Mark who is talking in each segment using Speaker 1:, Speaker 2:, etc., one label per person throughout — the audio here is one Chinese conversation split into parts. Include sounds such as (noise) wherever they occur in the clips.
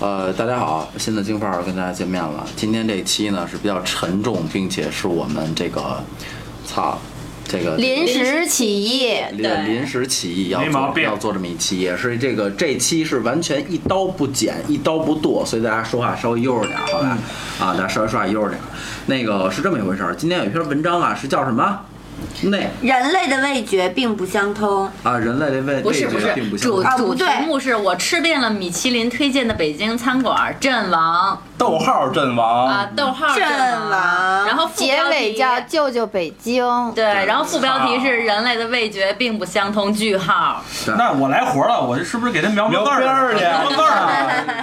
Speaker 1: 呃，大家好，新的京范儿跟大家见面了。今天这一期呢是比较沉重，并且是我们这个，操，这个
Speaker 2: 临时起意，
Speaker 1: 临临时起意要
Speaker 3: 没毛
Speaker 1: 做
Speaker 3: 病
Speaker 1: 要做这么一期，也是这个这期是完全一刀不剪、一刀不剁，所以大家说话稍微悠着点儿，好吧？
Speaker 2: 嗯
Speaker 1: 啊，大家稍微说话悠着点儿。那个是这么一回事儿，今天有一篇文章啊，是叫什么？那
Speaker 2: 人类的味觉并不相通。
Speaker 1: 啊，人类的味
Speaker 4: 不是
Speaker 1: 味觉
Speaker 4: 不是
Speaker 1: 并不相
Speaker 4: 主
Speaker 1: 同
Speaker 2: 啊
Speaker 4: 主
Speaker 2: 不
Speaker 4: 题
Speaker 2: 对
Speaker 4: 目是我吃遍了米其林推荐的北京餐馆阵亡
Speaker 3: 逗号阵
Speaker 1: 嗯
Speaker 4: 啊
Speaker 3: 亡，，
Speaker 4: 逗号
Speaker 2: 阵亡
Speaker 4: 亡，然后副
Speaker 5: 结
Speaker 4: 标
Speaker 5: 尾
Speaker 4: 题
Speaker 5: 叫“救救北京
Speaker 4: 对，然后副标题
Speaker 3: 操
Speaker 4: 是人类的味觉并不相通句号，
Speaker 3: 那我来活了，我这是不是给他描描
Speaker 6: 描
Speaker 3: 字
Speaker 6: 边儿
Speaker 3: 儿啊
Speaker 6: 去
Speaker 3: 描个字
Speaker 4: (laughs)
Speaker 3: 儿 啊？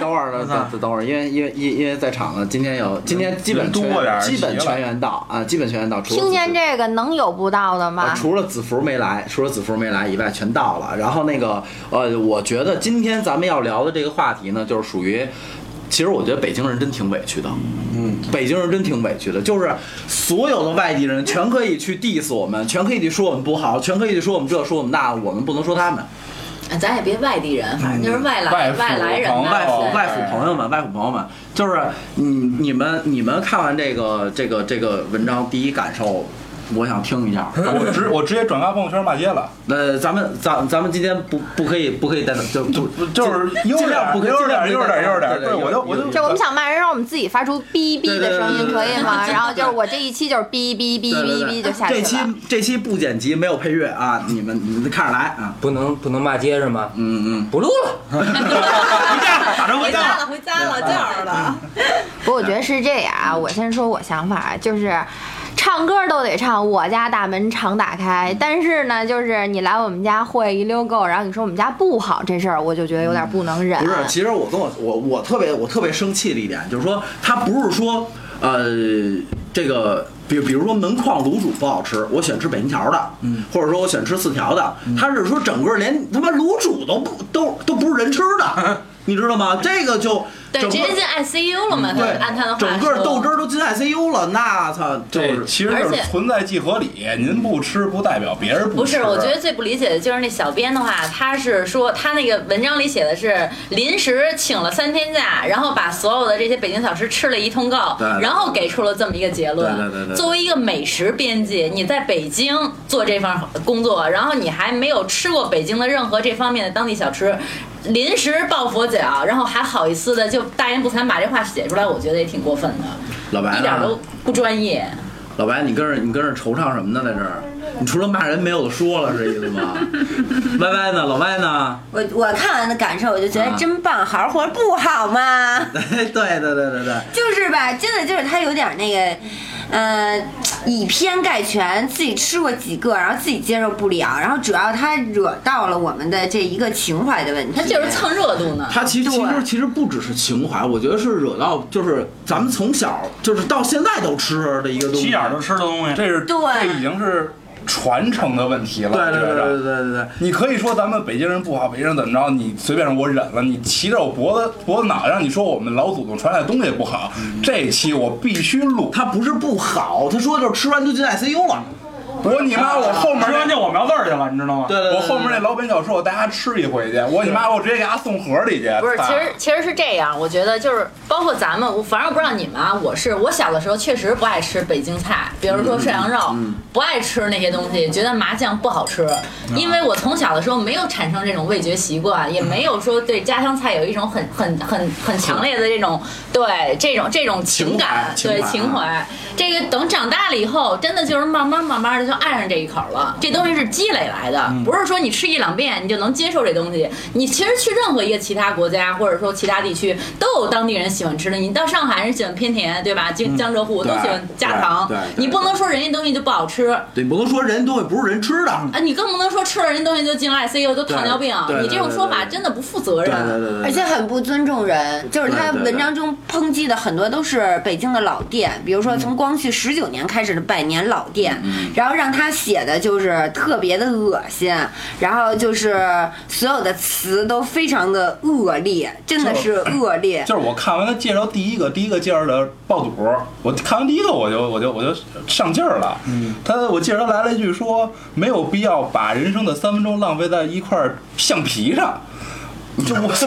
Speaker 1: (laughs) 等会儿，等等等会儿，因为因为因因为在场呢，今天有今天基本
Speaker 3: 人多
Speaker 1: 全
Speaker 3: 点儿
Speaker 1: 基本
Speaker 3: 急了
Speaker 1: 全员到啊，基本全员到。”，除了
Speaker 5: 听见
Speaker 1: 子
Speaker 5: 这个能有不到的
Speaker 1: 啊
Speaker 5: 吗，？
Speaker 1: 除了子福没来，除了子福没来以外，全到了。然后那个，呃，我觉得今天咱们要聊的这个话题呢，就是属于，其实我觉得北京人真挺委屈的，嗯，北京人真挺委屈的，就是所有的外地人全可以去 diss 我们，全可以去说我们不好，全可以去说我们这说我们那，我们不能说他们。
Speaker 4: 啊咱也别外地人，反正就是外来
Speaker 3: 外府
Speaker 4: 外来人吧，
Speaker 3: 朋友
Speaker 1: 外
Speaker 3: 哦
Speaker 1: 府
Speaker 4: 对
Speaker 1: 外府嗯朋友们，外府朋友们，就是你你们你们看完这个这个这个文章第一感受，我想听一
Speaker 3: (laughs)
Speaker 1: 下。
Speaker 3: 我直我直接转发朋友圈骂街了，
Speaker 1: 那咱们咱咱们今天不不可以不可以再就不
Speaker 3: 就是悠
Speaker 1: 尽
Speaker 3: 着点
Speaker 1: 量
Speaker 3: 儿
Speaker 1: 不可以
Speaker 3: 悠着点儿
Speaker 1: 尽量不可以
Speaker 3: 悠着点儿
Speaker 1: 对
Speaker 3: 悠着点儿对我就我就
Speaker 1: 悠着
Speaker 5: 就
Speaker 1: 点
Speaker 5: 我们想骂人，让我们自己发出哔哔的声音，可以吗？然后就是我这一期就是哔哔
Speaker 1: 对对
Speaker 5: 哔哔
Speaker 1: 对
Speaker 5: 哔就下去
Speaker 1: 这期
Speaker 5: 了。
Speaker 1: 这期不剪辑，没有配乐啊，你们你们看着来啊，
Speaker 6: 不能不能骂街是吗？
Speaker 1: 嗯嗯，
Speaker 6: 不录了，
Speaker 3: 回家打车回家。
Speaker 4: 了，回家
Speaker 1: 嗯
Speaker 4: 了，这儿了。
Speaker 5: 不过我觉得是这样啊，我先说我想法，就是。唱歌都得唱，我家大门常打开。但是呢，就是你来我们家会一溜够，然后你说我们家不好这事儿，我就觉得有点不能忍。
Speaker 1: 不是，其实我跟我我我特别我特别生气的一点就是说，他不是说呃这个。比比如说门框卤煮不好吃，我选吃北京条的，嗯，或者说我选吃四条的，他是说整个连他妈卤煮都不都都不是人吃的，你知道吗？这个就
Speaker 4: 对，
Speaker 1: 整
Speaker 4: 直
Speaker 1: 个嗯
Speaker 4: 接进 ICU 了嘛？
Speaker 1: 对，
Speaker 4: 按他的话说，
Speaker 1: 整个豆汁儿都进 ICU 了，那操，就
Speaker 3: 这
Speaker 1: 是
Speaker 3: 其实就
Speaker 4: 而
Speaker 3: 是
Speaker 4: 且
Speaker 3: 存在即合理，您不吃不代表别人
Speaker 4: 不
Speaker 3: 吃。
Speaker 4: 是，我觉得最不理解的就是那小编的话，他是说他那个文章里写的是临时请了三天假，然后把所有的这些北京小吃吃了一通够
Speaker 1: 对，
Speaker 4: 然后给出了这么一个结论。
Speaker 1: 对对对对
Speaker 4: 作为一个美食编辑，你在北京做这份工作，然后你还没有吃过北京的任何这方面的当地小吃。临时抱佛脚，然后还好意思的就大言不惭把这话写出来，我觉得也挺过分的，
Speaker 1: 老白
Speaker 4: 一点
Speaker 1: 呢
Speaker 4: 都？不专业。
Speaker 1: 老白，你跟着你跟着惆怅什么呢？在这儿，你除了骂人没有的说了，是意思吗？ (laughs) 歪歪呢？老歪呢？
Speaker 2: 我我看完的感受，我就觉得
Speaker 1: 啊
Speaker 2: 真棒，好好活不好吗？
Speaker 1: (laughs) 对对对对对，
Speaker 2: (laughs) 就是吧，真的就是他有点那个，呃，以偏概全，自己吃过几个，然后自己接受不了，然后主要他惹到了我们的这一个情怀的问题。
Speaker 4: 他就是蹭热度呢。
Speaker 1: 他其实
Speaker 2: 对
Speaker 1: 其实其实不只是情怀，我觉得是惹到就是咱们从小就是到现在都吃的一个东西，
Speaker 3: 起眼儿就吃的东西，这是
Speaker 2: 对
Speaker 3: 这已经是传承的问题了。
Speaker 1: 对对
Speaker 3: 我觉
Speaker 1: 对
Speaker 3: 着
Speaker 1: 对对对对。
Speaker 3: 你可以说咱们北京人不好，北京人怎么着？你随便我忍了，你骑着我脖子脖子脑袋让你说我们老祖宗传来的东西不好，这期我必须录。
Speaker 1: 他不是不好，他说就是吃完就进 ICU 了。
Speaker 3: 我你妈！我后面
Speaker 7: 吃完
Speaker 3: 那
Speaker 7: 就啊我描字儿去了，你知道吗？
Speaker 1: 对对对
Speaker 3: 我后面那
Speaker 1: 对
Speaker 3: 老板小吃我带他吃一回去，我你妈！我直接给他送盒里去。
Speaker 4: 不是，
Speaker 3: 操
Speaker 4: 其实其实是这样，我觉得就是包括咱们，我反正我不知道你们啊，我是我小的时候确实不爱吃北京菜，比如说涮羊肉，
Speaker 1: 嗯
Speaker 4: 不爱吃那些东西，觉得麻酱不好
Speaker 1: 啊
Speaker 4: 吃，因为我从小的时候没有产生这种味觉习惯，也没有说对家乡菜有一种很很很很强烈的这种对这种这种情感
Speaker 1: 情怀啊
Speaker 4: 对
Speaker 1: 情怀
Speaker 4: 情怀。这个等长大了以后，真的就是慢慢慢慢的就爱上这一口了。这东西是积累来
Speaker 1: 嗯
Speaker 4: 的，不是说你吃一两遍你就能接受这东西。你其实去任何一个其他国家或者说其他地区，都有当地人喜欢吃的。你到上海人喜欢偏甜，对吧？江江浙沪都
Speaker 1: 对
Speaker 4: 喜欢加糖
Speaker 1: 嗯对对，对
Speaker 4: 你不能说人家东西就不好吃啊，
Speaker 1: 对，不能说人东西不是人吃的。
Speaker 4: 你更不能说吃了人东西就进了 ICU 都糖尿病
Speaker 1: 对对，对
Speaker 4: 你这种说
Speaker 1: 对
Speaker 4: 法
Speaker 1: 对对
Speaker 4: 真的不负责
Speaker 1: 对
Speaker 4: 任。啊
Speaker 1: 对对对。
Speaker 2: 而且很不尊重人，就是他
Speaker 1: 对对对
Speaker 2: 文章中抨击的很多都是北京的老店，比如
Speaker 1: 嗯
Speaker 2: 说从光绪十九年开始的百年老店，然后让他写的就是特别的恶心，然后就是所有的词都非常的恶劣，真的是恶劣。
Speaker 3: 就是我看完他介绍第一个，第一个介绍的爆肚，我看完第一个我就我就我就上劲儿了。嗯，他我记着他来了一句说，没有必要把人生的三分钟浪费在一块橡皮上。就我操，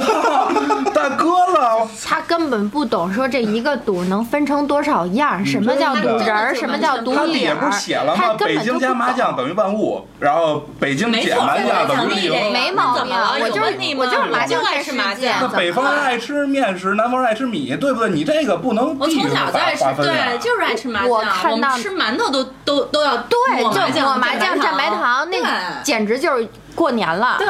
Speaker 3: 大哥了，
Speaker 5: 他根本不懂说这一个肚能分成多少样，什么叫肚仁儿，
Speaker 4: 真的是
Speaker 5: 什么叫肚
Speaker 4: 完全
Speaker 3: 嗯他
Speaker 5: 里
Speaker 3: 底
Speaker 5: 眼
Speaker 3: 下
Speaker 5: 儿
Speaker 3: 不是写了，
Speaker 5: 他
Speaker 3: 吗？
Speaker 5: 根
Speaker 3: 北
Speaker 5: 本就
Speaker 3: 京
Speaker 5: 不
Speaker 3: 加
Speaker 5: 懂。
Speaker 3: 麻将等于万物，然后北京
Speaker 4: 没
Speaker 3: 减
Speaker 4: 错，
Speaker 3: 麻将等于
Speaker 4: 立
Speaker 3: 零。
Speaker 5: 没毛病
Speaker 4: 我
Speaker 5: 我就是我就是麻将
Speaker 4: 就爱吃麻
Speaker 5: 这样
Speaker 3: 那
Speaker 5: 子
Speaker 4: 将。
Speaker 3: 北方人爱吃面食，南方人爱吃米，对不对？你这个不能
Speaker 4: 我
Speaker 3: 地域
Speaker 4: 从小就爱吃
Speaker 3: 划，分啊
Speaker 4: 对，就是爱吃麻
Speaker 5: 我我
Speaker 4: 酱。
Speaker 5: 看
Speaker 4: 我
Speaker 5: 到
Speaker 4: 们吃馒头都都都要
Speaker 5: 对，
Speaker 4: 抹麻
Speaker 5: 就
Speaker 4: 酱、
Speaker 5: 抹麻酱蘸白糖，那个
Speaker 4: 对
Speaker 5: 简直就是过年了，
Speaker 4: 对，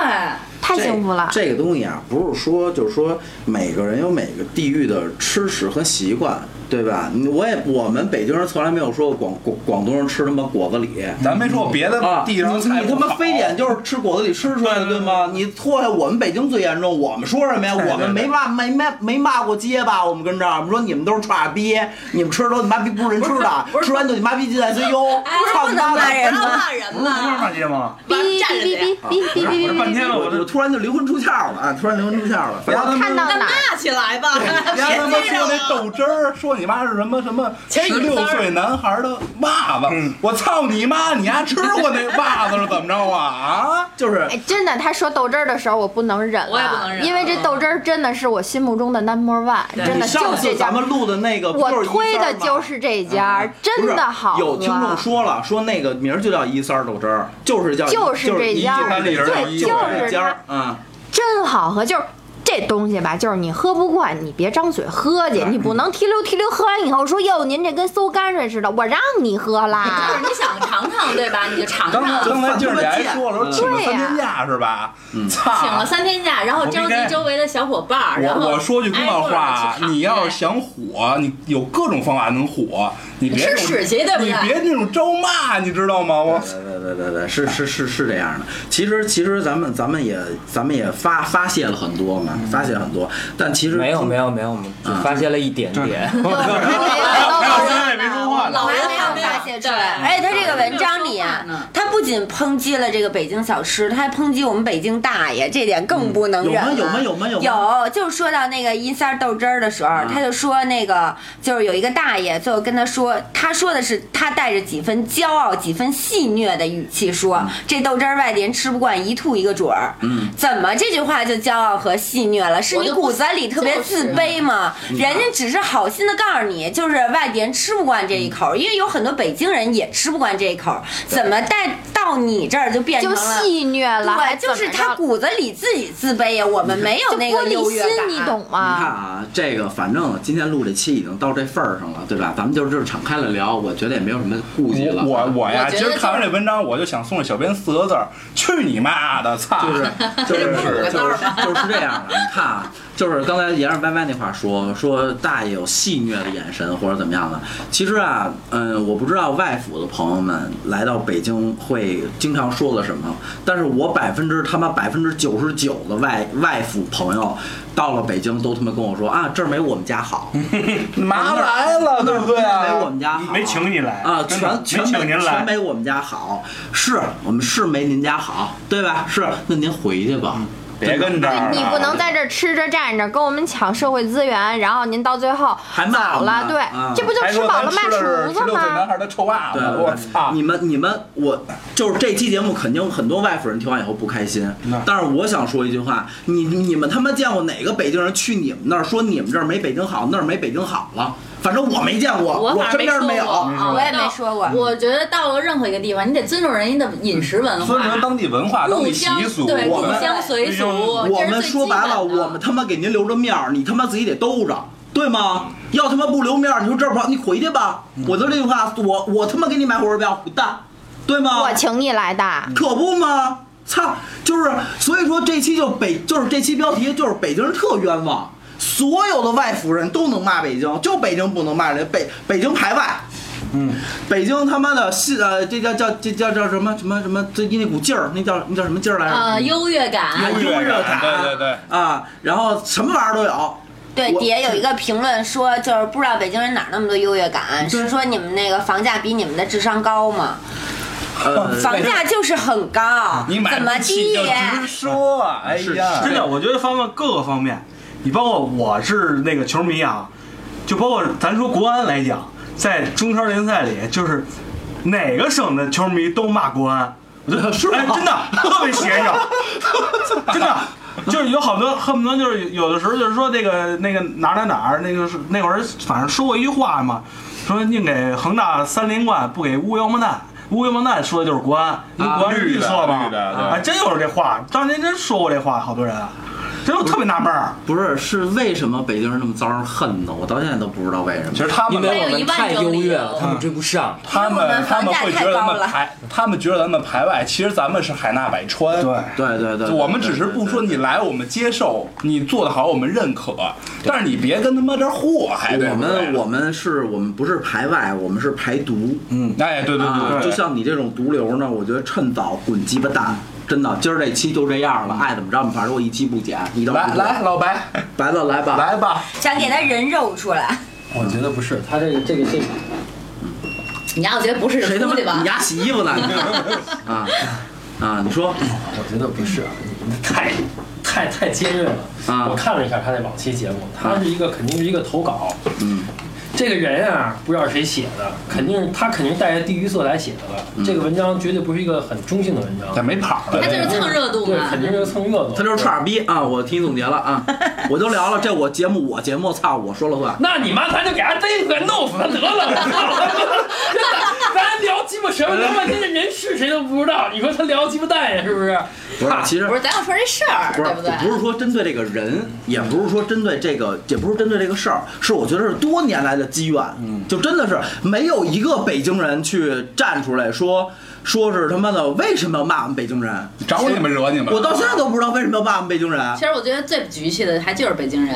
Speaker 5: 太幸福了。
Speaker 1: 这。这个东西啊，不是说就是说每个人有每个地域的吃食和习惯，对吧？你我也我们北京人从来没有说过广广广东人吃他妈果子狸。
Speaker 3: 咱没说别的
Speaker 1: 啊，
Speaker 3: 地上
Speaker 1: 你你
Speaker 3: 菜不
Speaker 1: 他
Speaker 3: 好
Speaker 1: 妈非典就是吃果子狸吃出来的，对吗？你错呀！我们北京最严重，我们说什么呀？
Speaker 3: 对对
Speaker 1: 我们没骂没没没骂过街吧？我们跟这儿，我们说你们都是串逼，你们吃的都你妈逼不是人吃的，吃完就你妈逼鸡蛋 CEO，操你妈的！
Speaker 4: 不要骂人
Speaker 6: 不是
Speaker 3: 啊
Speaker 4: 嘛，
Speaker 6: 骂街吗？
Speaker 5: 哔哔哔哔哔哔
Speaker 6: 我这
Speaker 5: 哔
Speaker 6: 半
Speaker 5: 哔
Speaker 6: 天
Speaker 5: 哔！
Speaker 6: 了，我
Speaker 1: 我
Speaker 6: 这
Speaker 1: 突然就灵魂出窍了啊！突然灵魂出窍了，
Speaker 3: 不要他
Speaker 5: 看
Speaker 3: 们
Speaker 5: 到
Speaker 4: 那
Speaker 5: 哪儿
Speaker 4: 骂起来吧，
Speaker 3: 人家他妈
Speaker 4: 别介
Speaker 3: 说
Speaker 4: 绍
Speaker 3: 那豆汁儿，说你妈是什么什么
Speaker 4: 其实
Speaker 3: 十
Speaker 4: 你
Speaker 3: 六
Speaker 4: 三儿
Speaker 3: 岁男孩的袜
Speaker 1: 嗯
Speaker 3: 子，我操你妈！你还吃过那袜子是怎么着啊？啊！
Speaker 1: 就是
Speaker 5: 哎，真的，他说豆汁儿的时候，我不能忍了，
Speaker 4: 我也不能忍
Speaker 5: 因为这豆汁儿真的是我心目中的 number one，
Speaker 4: 对
Speaker 5: 真的就
Speaker 1: 上
Speaker 5: 这
Speaker 1: 次
Speaker 5: 家
Speaker 1: 咱，们录的那个，
Speaker 5: 我推
Speaker 1: E
Speaker 5: 的就是这
Speaker 3: 嗯
Speaker 5: 家，真的好啊喝。
Speaker 1: 有听众说了，说那个名儿就叫一三儿豆汁儿，就是叫
Speaker 5: 就是
Speaker 1: 这
Speaker 5: 这家儿
Speaker 1: 就是
Speaker 3: 对
Speaker 1: 就
Speaker 5: 就是
Speaker 1: 这家儿
Speaker 5: 它，
Speaker 1: 嗯，
Speaker 5: 真好喝，就是。这东西吧，就是你喝不惯，你别张嘴喝去，你不能提溜提溜喝完以后说哟，您这跟馊泔水似的，我让你喝
Speaker 4: 就
Speaker 3: (laughs)
Speaker 5: 啦
Speaker 4: 是。你想尝尝对吧？你就尝
Speaker 3: 刚才
Speaker 4: 尝。
Speaker 3: 刚才静姐还说了，说请了
Speaker 5: 对呀
Speaker 3: 三天假是吧？操！
Speaker 4: 请了三天假，然后召集周围的小伙伴儿，然
Speaker 3: 我
Speaker 4: 后
Speaker 3: 我说句公道
Speaker 4: 挨
Speaker 3: 话啊
Speaker 4: 个儿去，尝
Speaker 3: 你要是想火，你有各种方法能火，你别
Speaker 4: 吃
Speaker 3: 这种
Speaker 4: 屎去对不对
Speaker 3: 你别那种招骂，你知道吗？我
Speaker 1: 对对对对，是是是是这样的。其实其实咱们咱们也咱们也发发泄了很多嘛，发泄了很多，但其实
Speaker 6: 没有没有没有，我们
Speaker 7: 嗯
Speaker 6: 只发现了一点点。 (laughs)
Speaker 5: 还
Speaker 6: 也没说话呢
Speaker 4: 老
Speaker 2: 我还
Speaker 4: 人
Speaker 2: 没有发泄出来。
Speaker 4: 对
Speaker 2: 而且他这个文章里啊
Speaker 4: 没有说话呢，
Speaker 2: 他不仅抨击了这个北京小吃，他还抨击我们北京大爷，这点更不能
Speaker 1: 有
Speaker 2: 忍
Speaker 1: 吗
Speaker 2: 了。
Speaker 1: 嗯有吗有吗有吗？嗯
Speaker 2: 有，就是说到那个一三豆汁儿的时候，他就说那个就是有一个大爷，最后跟他说，他说的是他带着几分骄傲、几分戏谑的语气说，
Speaker 1: 嗯
Speaker 2: 这豆汁儿外地人吃不惯，一吐一个准儿。嗯，怎么这句话就骄傲和戏谑了？是
Speaker 4: 我
Speaker 2: 你
Speaker 4: 就不
Speaker 2: 骨子里特别自卑吗？
Speaker 3: 嗯
Speaker 2: 人家只是好心的告诉你，就是外地人吃不惯这一口，
Speaker 3: 嗯
Speaker 2: 因为有很多北京人也吃不惯这一口，怎么带到你这儿就变成
Speaker 5: 就
Speaker 2: 了？
Speaker 5: 戏谑了，还
Speaker 2: 对，
Speaker 5: 怎
Speaker 2: 就
Speaker 5: 么
Speaker 2: 是他
Speaker 5: 着
Speaker 2: 骨子里自己自卑呀，我们没有
Speaker 5: 就
Speaker 2: 那个
Speaker 5: 玻
Speaker 2: 优
Speaker 5: 璃
Speaker 2: 越
Speaker 5: 心
Speaker 2: 感，，
Speaker 5: 你懂
Speaker 1: 你看
Speaker 5: 吗？
Speaker 1: 啊，这个反正今天录这期已经到这份儿上了，对吧？咱们就是就是敞开了聊，我觉得也没有什么顾忌了。
Speaker 3: 我我我呀，
Speaker 4: 我觉得
Speaker 3: 今儿看完
Speaker 4: 就是
Speaker 3: 这文章，我就想送给小编四个字儿：去你妈的！ (laughs) 操！
Speaker 1: 就是就是
Speaker 4: 不是
Speaker 1: 就是就是这样的。你看啊，就是刚才沿着歪歪那话说，说大爷有戏谑的眼神或者怎么样的。其实啊，嗯，我不知道外府的朋友们来到北京会经常说的什么，但是我百分之他妈百分之九十九的外外府朋友到了北京都他妈跟我说啊，这儿没我们家好，
Speaker 3: 麻来了，对不对
Speaker 1: 没我
Speaker 3: 啊？
Speaker 1: 们家好，
Speaker 6: 嗯没请你来
Speaker 1: 啊，
Speaker 6: 真的
Speaker 1: 全全
Speaker 6: 没请
Speaker 1: 没
Speaker 6: 您来
Speaker 1: 全没我们家好，是我们是没您家好，对吧？是，那您回去
Speaker 6: 嗯
Speaker 1: 吧，
Speaker 3: 别跟这儿啊了，
Speaker 5: 你不能在这儿吃着站着跟我们抢社会资源，然后您到最后
Speaker 1: 还骂
Speaker 5: 走
Speaker 1: 我们
Speaker 5: 了，对
Speaker 1: 啊，
Speaker 5: 这不就
Speaker 3: 还
Speaker 5: 吃
Speaker 3: 说
Speaker 5: 饱
Speaker 3: 咱
Speaker 5: 了
Speaker 3: 吃
Speaker 5: 骂
Speaker 3: 的
Speaker 5: 厨
Speaker 3: 是十
Speaker 5: 子
Speaker 3: 六岁男
Speaker 5: 吗？
Speaker 3: 孩的臭袜子
Speaker 1: 对，，
Speaker 3: 啊我操！
Speaker 1: 你们你们，我就是这期节目肯定很多外府人听完以后不开心，但是我想说一句话，你你们他妈见过哪个北京人去你们那儿说你们这儿没北京好，那儿没北京好了？反正我没见过，我
Speaker 4: 我反
Speaker 1: 身边没
Speaker 4: 正没说过
Speaker 1: 有。
Speaker 4: 啊
Speaker 2: 我也没说过
Speaker 4: 我觉得到了任何一个地方，你得尊重人家的饮食文
Speaker 3: 尊
Speaker 4: 化
Speaker 3: 重，当地文化、当
Speaker 4: 入
Speaker 3: 地习
Speaker 4: 乡
Speaker 3: 俗，
Speaker 4: 对
Speaker 1: 我
Speaker 4: 入
Speaker 1: 们
Speaker 4: 乡随俗，
Speaker 1: 我
Speaker 4: 这
Speaker 1: 们
Speaker 4: 是最
Speaker 1: 说白
Speaker 4: 基
Speaker 1: 了，
Speaker 4: 本的
Speaker 1: 我们他妈给您留着面儿，你他妈自己得兜着，对吗？要他妈不留面儿，你说这儿不好，你回去吧。
Speaker 3: 嗯
Speaker 1: 我就这句话，我我他妈给你买火车票，混蛋，对吗？
Speaker 5: 我请你来的，
Speaker 1: 可不吗？操，就是所以说这期就北，就是这期标题就是北京人特冤枉，所有的外府人都能骂北京，就北京不能骂人，北北京排外。嗯，北京他妈的西呃，这叫叫这叫叫什么什么什么？最近那股劲儿，那叫那叫什么劲儿来着？
Speaker 4: 呃优越
Speaker 1: 啊
Speaker 4: 感，
Speaker 1: 优
Speaker 3: 越
Speaker 1: 越
Speaker 3: 感对对对
Speaker 1: 啊，然后什么玩意儿都有。
Speaker 2: 对，
Speaker 1: 我
Speaker 2: 底下有一个评论说，就是不知道北京人哪儿那么多优越感，
Speaker 1: 对
Speaker 2: 是说你们那个房价比你们的智商高吗？
Speaker 1: 呃，
Speaker 2: 房价就是很高，
Speaker 3: 你买
Speaker 2: 怎么
Speaker 3: 不起
Speaker 2: 低？
Speaker 3: 就直说啊，哎呀，
Speaker 6: 真的，我觉得方面各个方面，你包括我是那个球迷啊，就包括咱说国安来讲，在中超联赛里，就是哪个省
Speaker 3: (laughs)
Speaker 6: 的球迷都骂国安，我觉得
Speaker 1: 是吗
Speaker 6: 哎，真的特别邪性，真的。就是有好多恨不得就是有的时候就是说那个那个哪儿哪儿哪儿那个是那会儿反正说过一句话嘛，说宁给恒大三连冠，不给乌妖魔蛋。乌妖魔蛋说的就是国安，因为国安是
Speaker 3: 啊绿
Speaker 6: 绿
Speaker 3: 的
Speaker 6: 色嘛，
Speaker 3: 绿的对
Speaker 6: 哎，真有这话，当年真说过这话，好多人，真我特别纳闷儿。
Speaker 1: 不是，是为什么北京人那么遭人恨呢？我到现在都不知道为什么。
Speaker 3: (laughs) 其实他
Speaker 7: 因
Speaker 3: 们
Speaker 7: 为
Speaker 4: 有
Speaker 7: 我
Speaker 4: 一
Speaker 7: 们
Speaker 4: 万
Speaker 7: 太
Speaker 4: 种
Speaker 7: 优
Speaker 4: 理
Speaker 7: 越
Speaker 4: 由
Speaker 7: 了，他们追不上。
Speaker 3: 他
Speaker 2: 哎因为我
Speaker 3: 们
Speaker 2: 们
Speaker 3: 他
Speaker 2: 房
Speaker 3: 们
Speaker 2: 价
Speaker 3: 会觉
Speaker 2: 太
Speaker 3: 得咱
Speaker 2: 高
Speaker 3: 们
Speaker 2: 了
Speaker 3: 排，他们觉得咱们排外，其实咱们是海纳百川。
Speaker 6: 对
Speaker 1: 对对对，
Speaker 3: 就我们只是不说你来，我们接受你做得好，我们认可，但是你别跟他妈这儿祸害。对
Speaker 1: 我
Speaker 3: 不对
Speaker 1: 们我们是我们不是排外，我们是排毒。
Speaker 3: 嗯，哎，对对对
Speaker 1: 啊，
Speaker 3: 对，
Speaker 1: 就像你这种毒瘤呢，我觉得趁早滚鸡巴蛋。真的，今儿这期就这样了，爱怎么着，反正我一期不剪，一刀
Speaker 3: 来
Speaker 1: 不
Speaker 3: 来，老
Speaker 1: (laughs)
Speaker 3: 白，
Speaker 1: 剁，白了来吧，
Speaker 3: 来吧，
Speaker 2: 想给他人肉出来。
Speaker 7: 我觉得不是，他这个这个这个，
Speaker 4: 你要觉得不是
Speaker 1: 谁他
Speaker 4: 出
Speaker 1: 妈
Speaker 4: 去吧
Speaker 1: 你？丫洗衣服呢？你啊啊，你说
Speaker 7: 我觉得不是，你太太太尖锐了。
Speaker 1: 啊
Speaker 7: 我看了一下他那往期节目，
Speaker 6: 啊
Speaker 7: 他是一个肯定是一个投稿，
Speaker 1: 嗯，
Speaker 7: 这个人啊，不知道是谁写的，肯定是他肯定是带着地域色彩写的了。
Speaker 6: 嗯
Speaker 7: 这个文章绝对不是一个很中性的文章，
Speaker 3: 但没跑了
Speaker 4: 他。就是蹭热度
Speaker 7: 对，
Speaker 4: 嘛
Speaker 7: 肯。定是蹭热度。
Speaker 1: 他就是串儿逼啊！我替你总结了啊，我都聊了，这我节目我节目，操，我说了算。
Speaker 7: 那你妈，咱就给他逮出来弄死他得了！真的，咱聊鸡巴什么？聊半天这人是谁都不知道，你说他聊鸡巴蛋呀，是不是？
Speaker 1: 不是，其实
Speaker 4: 不是，咱要说这事儿，
Speaker 1: 不是
Speaker 4: 对不对？
Speaker 1: 不是说针对这个人，也不是说针对这个，也不是针对这个事儿，是我觉得是多年来的积怨，
Speaker 3: 嗯
Speaker 1: 就真的是没有一个北京人去站出来说说是他妈的为什么要骂我们北京人，
Speaker 3: 找你们惹你们，
Speaker 1: 我到现在都不知道为什么要骂我们北京人。
Speaker 4: 其实我觉得最不局气的还就是北京人。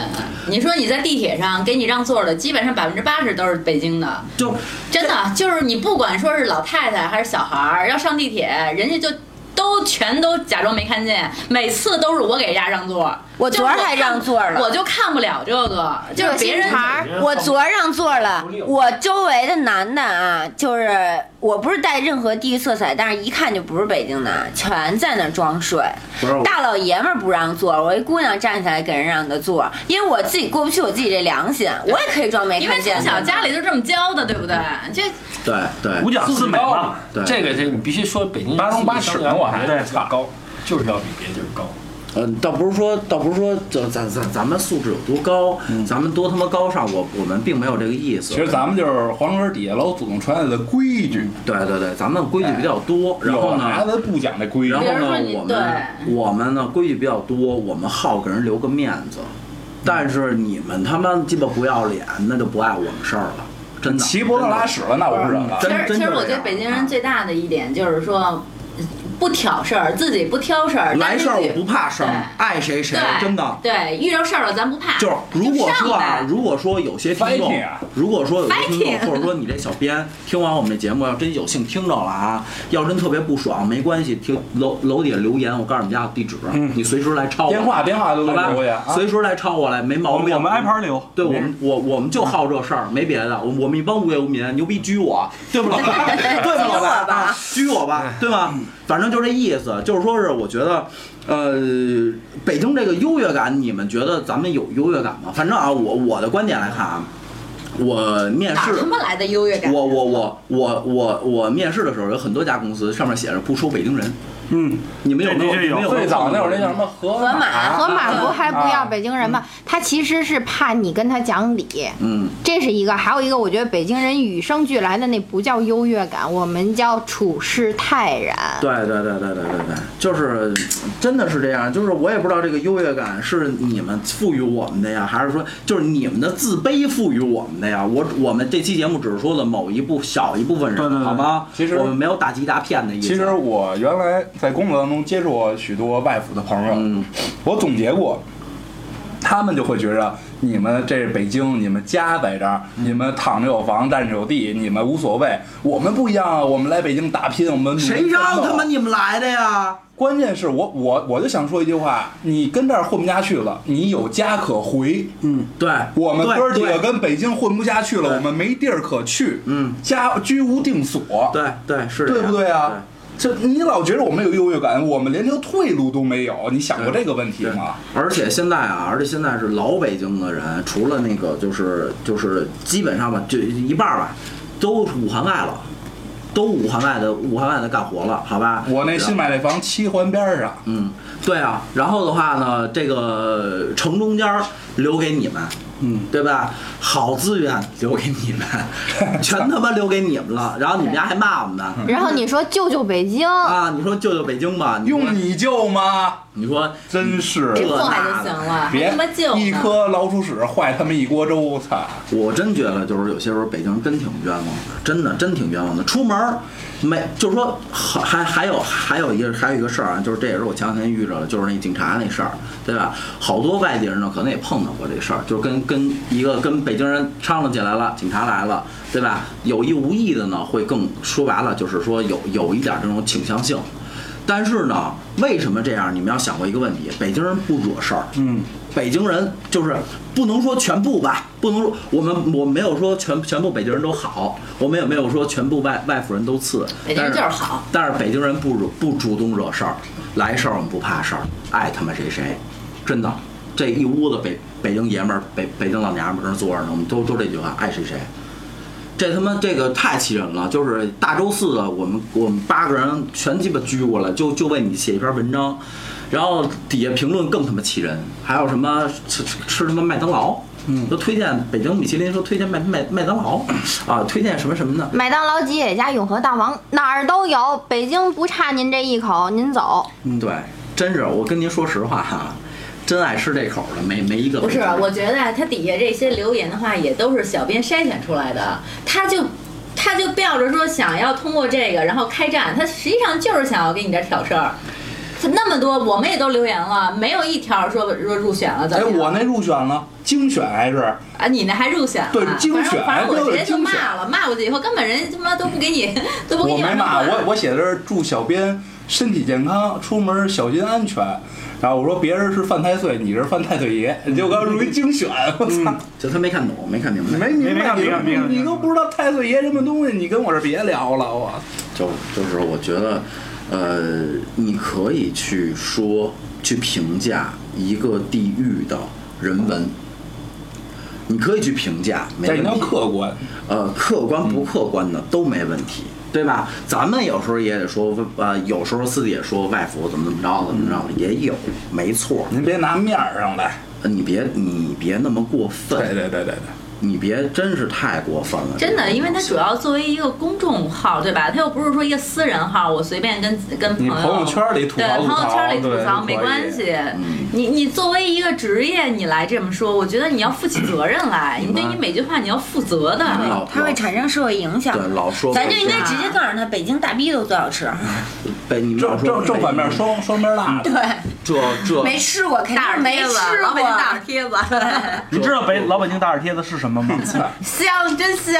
Speaker 4: 你说你在地铁上给你让座的，基本上百分之八十都是北京的，
Speaker 1: 就
Speaker 4: 真的就是你不管说是老太太还是小孩儿，要上地铁，人家就都全都假装没看见，每次都是我给人家让座。
Speaker 2: 我昨儿还让座了
Speaker 4: 我就看不了这个，就是别人
Speaker 2: 心肠儿我昨儿让座了，我周围的男的啊，就是我不是带任何地域色彩，但是一看就不是北京的，啊全在那装睡
Speaker 1: 不是我。
Speaker 2: 大老爷们儿不让座，我一姑娘站起来给人让的座，因为我自己过不去我自己这良心，我也可以装没
Speaker 4: 因为
Speaker 2: 哎看见
Speaker 4: 从
Speaker 2: 的。
Speaker 4: 小家里就这么教的，对不对？这
Speaker 1: 对对，
Speaker 6: 五讲四美嘛，
Speaker 1: 对
Speaker 7: 这个这你必须说北京人
Speaker 3: 八荣
Speaker 7: 自
Speaker 3: 八
Speaker 7: 己
Speaker 3: 耻
Speaker 7: 生源
Speaker 3: 呢，我还
Speaker 6: 对
Speaker 3: 操高。
Speaker 7: 就是要比别地儿高。
Speaker 1: 嗯，倒不是说，倒不是说，就咱咱咱们素质有多高，咱们多他妈高尚，我我们并没有这个意思。
Speaker 3: 嗯其实咱们就是黄河底下老祖宗传下来的规矩，
Speaker 1: 对对对，咱们规矩比较多，然后
Speaker 3: 有
Speaker 1: 呢，
Speaker 3: 孩子不讲这规矩
Speaker 1: 然后，
Speaker 4: 比如说
Speaker 1: 呢，
Speaker 4: 你
Speaker 1: 我们我们呢规矩比较多，我们好给人留个面子，但是你们他妈鸡巴不要脸，那就不碍我们事儿了，真的。
Speaker 3: 骑摩托拉屎了，那我不忍了。
Speaker 4: 其
Speaker 1: 嗯真
Speaker 4: 实
Speaker 1: 真
Speaker 4: 其实
Speaker 1: 就
Speaker 4: 我
Speaker 1: 这
Speaker 4: 觉得
Speaker 1: 样
Speaker 4: 北京
Speaker 1: 啊
Speaker 4: 人最大的一点就是说。不挑事儿，自己不挑事儿，
Speaker 1: 来
Speaker 4: 但是
Speaker 1: 事儿
Speaker 4: 自己
Speaker 1: 我不怕事儿
Speaker 4: 对，
Speaker 1: 爱谁谁，
Speaker 4: 哎对，
Speaker 1: 真的。
Speaker 4: 对，遇着事儿了咱不怕。
Speaker 1: 就是如果
Speaker 4: 就
Speaker 1: 说
Speaker 4: 上
Speaker 1: 啊
Speaker 4: 呗，
Speaker 1: 如果说有些听众
Speaker 3: Fighting 啊，
Speaker 1: 如果说有些听众，
Speaker 4: Fighting
Speaker 1: 或者说你这小编听完我们这节目，要真有幸听着了啊，要真特别不爽，没关系，听楼楼底下留言，我告诉你们家的地址，你随时来抄我，
Speaker 3: 电话电话都
Speaker 1: 好吧
Speaker 3: 留下，啊
Speaker 1: 随时来抄我来，没
Speaker 6: 我
Speaker 1: 毛
Speaker 6: 们
Speaker 1: 病。
Speaker 6: 我们挨盘嗯流，
Speaker 1: 对我们，我我们就好这事儿，没别的。我我们一帮无业无民，牛逼拘我，对不老 (laughs) 大？对不老大？啊拘我
Speaker 6: 哎
Speaker 1: 吧，对吧？反正就这意思，就是说是我觉得，呃，北京这个优越感，你们觉得咱们有优越感吗？反正啊，我我的观点来看啊，我面
Speaker 4: 哪
Speaker 1: 试
Speaker 4: 儿他妈来的优越感？
Speaker 1: 我我我我我我面试的时候，有很多家公司上面写着不收北京人，
Speaker 6: 嗯，
Speaker 1: 你们有没有？
Speaker 6: 这这
Speaker 1: 你
Speaker 6: 有
Speaker 1: 们有没有
Speaker 3: 最早那会儿那叫什
Speaker 1: 碰
Speaker 3: 么河河
Speaker 4: 马
Speaker 5: 河马不
Speaker 4: 啊
Speaker 5: 还不要北京人吗？他其实是怕你跟他讲理，
Speaker 1: 到嗯，
Speaker 5: 这是一个。还有一个，我觉得北京人与生俱来的那不叫优越感，我们叫处事泰然。
Speaker 1: 对对对对对对对，就是真的是这样，就是我也不知道这个优越感是你们赋予我们的呀，还是说就是你们的自卑赋予我们的呀？我我们这期节目只是说了某一部小一部分人，
Speaker 6: 对对对
Speaker 1: 好吗？
Speaker 3: 其实
Speaker 1: 我们没有打击大骗的意思。
Speaker 3: 其实我原来在工作当中接触过许多外府的朋友，
Speaker 1: 嗯，
Speaker 3: 我总结过，他们就会觉着你们这是北京，你们家在这儿，
Speaker 1: 嗯
Speaker 3: 你们躺着有房，站着有地，你们无所谓。我们不一样啊，我们来北京打拼，我们努力
Speaker 1: 谁让
Speaker 3: 奋斗
Speaker 1: 他妈你们来的呀？
Speaker 3: 关键是我我我就想说一句话，你跟这儿混不下去了，你有家可回。
Speaker 6: 嗯，
Speaker 1: 对，
Speaker 3: 我们
Speaker 1: 对
Speaker 3: 哥儿几个
Speaker 1: 对
Speaker 3: 跟北京混不下去了，
Speaker 1: 对
Speaker 3: 我们没地儿可去，
Speaker 1: 嗯
Speaker 3: 家居无定所，
Speaker 1: 对对是这
Speaker 3: 对
Speaker 1: 样，
Speaker 3: 不对啊？这你老觉得我们有优越感，我们连条退路都没有，你想过这个问题
Speaker 1: 对
Speaker 3: 吗？
Speaker 1: 而且现在啊，而且现在是老北京的人，除了那个就是就是基本上吧，就一半儿吧，都武汉外了，都武汉外的武汉外的干活了，好吧？
Speaker 3: 我那
Speaker 1: 然后
Speaker 3: 新买那房七环边儿上，
Speaker 1: 嗯，对啊，然后的话呢，这个城中间儿留给你们，嗯，对吧？好资源留给你们，全他妈留给你们了。然后你们家还骂我们呢，
Speaker 5: 然后你说救救北京，
Speaker 1: 啊，你说救救北京吧，你说
Speaker 3: 用你救吗？
Speaker 1: 你说
Speaker 3: 真是
Speaker 1: 嗯
Speaker 4: 这破坏就行了，还
Speaker 3: 别
Speaker 4: 他妈救
Speaker 3: 一
Speaker 4: 呢？
Speaker 3: 颗老鼠屎坏他们一锅粥，操！
Speaker 1: 我真觉得就是有些时候北京真挺冤枉的，真的真挺冤枉的。出门儿没，就是说还还还有还有一个还有一个事儿啊，就是这也是我前两天遇着的，就是那警察那事儿，对吧？好多外地人呢可能也碰到过这事儿，就是跟跟一个跟北京人商量起来了，警察来了，对吧？有意无意的呢，会更说白了就是说有有一点这种倾向性。但是呢，为什么这样？你们要想过一个问题：北京人不惹事儿，嗯，北京人就是不能说全部吧，不能说我们我没有说全全部北京人都好，我们也没有说全部外外府人都次，
Speaker 4: 北京人就是好
Speaker 1: 但是但是北京人不惹不主动惹事儿，来事儿我们不怕事儿，爱他妈谁谁，真的，这一屋子北北京爷们儿，北北京老娘们儿搁那坐着呢，我们都都这句话，爱谁谁。这他妈这个太气人了！就是大周四的，我们我们八个人全鸡巴拘过来，就就为你写一篇文章，然后底下评论更他妈气人，还有什么吃吃吃他妈麦当劳，嗯，都推荐北京米其林说推荐麦麦麦当劳，啊，推荐什么什么的，
Speaker 5: 麦当劳、吉野家、永和大王哪儿都有，北京不差您这一口，您走。
Speaker 1: 嗯，对，真是我跟您说实话哈，真爱吃这口的没没一个
Speaker 4: 不是
Speaker 1: 北京，人
Speaker 4: 我觉得啊他底下这些留言的话，也都是小编筛选出来的，他就。他就吊着说想要通过这个，然后开战，他实际上就是想要给你这儿挑事儿。那么多，我们也都留言了，没有一条说说入选了。怎
Speaker 3: 哎，
Speaker 4: 么样
Speaker 3: 我那入选了，精选还是
Speaker 4: 啊，你那还入选了？
Speaker 3: 对精选
Speaker 4: 反正反正我直接
Speaker 3: 还是
Speaker 4: 就
Speaker 3: 有精选
Speaker 4: 骂了，骂过去以后根本人他妈都不给你，都不给
Speaker 3: 我
Speaker 4: 你
Speaker 3: 没
Speaker 4: 往上挂
Speaker 3: 骂，我我写的是祝小编身体健康，出门小心安全。然后我说别人是犯太岁，你是犯太岁爷，你就刚入一精选，我操！
Speaker 1: 就他没看懂，没看明
Speaker 3: 你
Speaker 1: 白，
Speaker 3: 没明
Speaker 6: 嗯没
Speaker 3: 白，
Speaker 6: 看
Speaker 3: 你
Speaker 6: 明白没看明白
Speaker 3: 你都不知道太岁爷什么东西，你跟我这别聊了，我
Speaker 1: 就就是我觉得，呃，你可以去说去评价一个地域的人文，你可以去评价，没问
Speaker 3: 但是你要
Speaker 1: 题。
Speaker 3: 客嗯观。
Speaker 1: 呃，客观不客观的都没问题，对吧？咱们有时候也得说，呃，有时候私底下说外服怎么怎么着怎么着
Speaker 3: 嗯
Speaker 1: 也有，没错。
Speaker 3: 您别拿面儿上来，
Speaker 1: 呃你别你别那么过分，
Speaker 3: 对对对对对，
Speaker 1: 你别真是太过分了。
Speaker 4: 真
Speaker 1: 这
Speaker 4: 的，
Speaker 1: 个
Speaker 4: 因为它主要作为一个公众号，对吧？它又不是说一个私人号，我随便跟跟朋
Speaker 3: 你
Speaker 4: 友
Speaker 3: 朋友圈里吐槽
Speaker 4: 对
Speaker 3: 吐槽
Speaker 4: 朋友圈里吐槽没
Speaker 3: 对可以
Speaker 4: 关系。
Speaker 3: 嗯
Speaker 4: 你你作为一个职业，你来这么说，我觉得你要负起责任来，你
Speaker 1: 们
Speaker 4: 对你每句话你要负责的。
Speaker 1: 你们
Speaker 3: 嗯
Speaker 1: 老
Speaker 2: 它会产生社会影响。
Speaker 1: 对老说
Speaker 2: 咱就应
Speaker 1: 北
Speaker 2: 该
Speaker 1: 京嗯
Speaker 2: 直接告诉他，北京大逼都最好吃。
Speaker 1: 被你们老
Speaker 3: 正
Speaker 1: 说
Speaker 3: 正正反面双双边辣的，
Speaker 1: 这这
Speaker 2: 没吃过，肯定
Speaker 4: 大
Speaker 2: 是
Speaker 4: 耳
Speaker 2: 没
Speaker 4: 贴子，
Speaker 2: 吃
Speaker 4: 老
Speaker 2: 过
Speaker 4: 北。京大耳贴子，
Speaker 6: 你知道北老北京大耳贴子是什么吗？
Speaker 4: 香真香。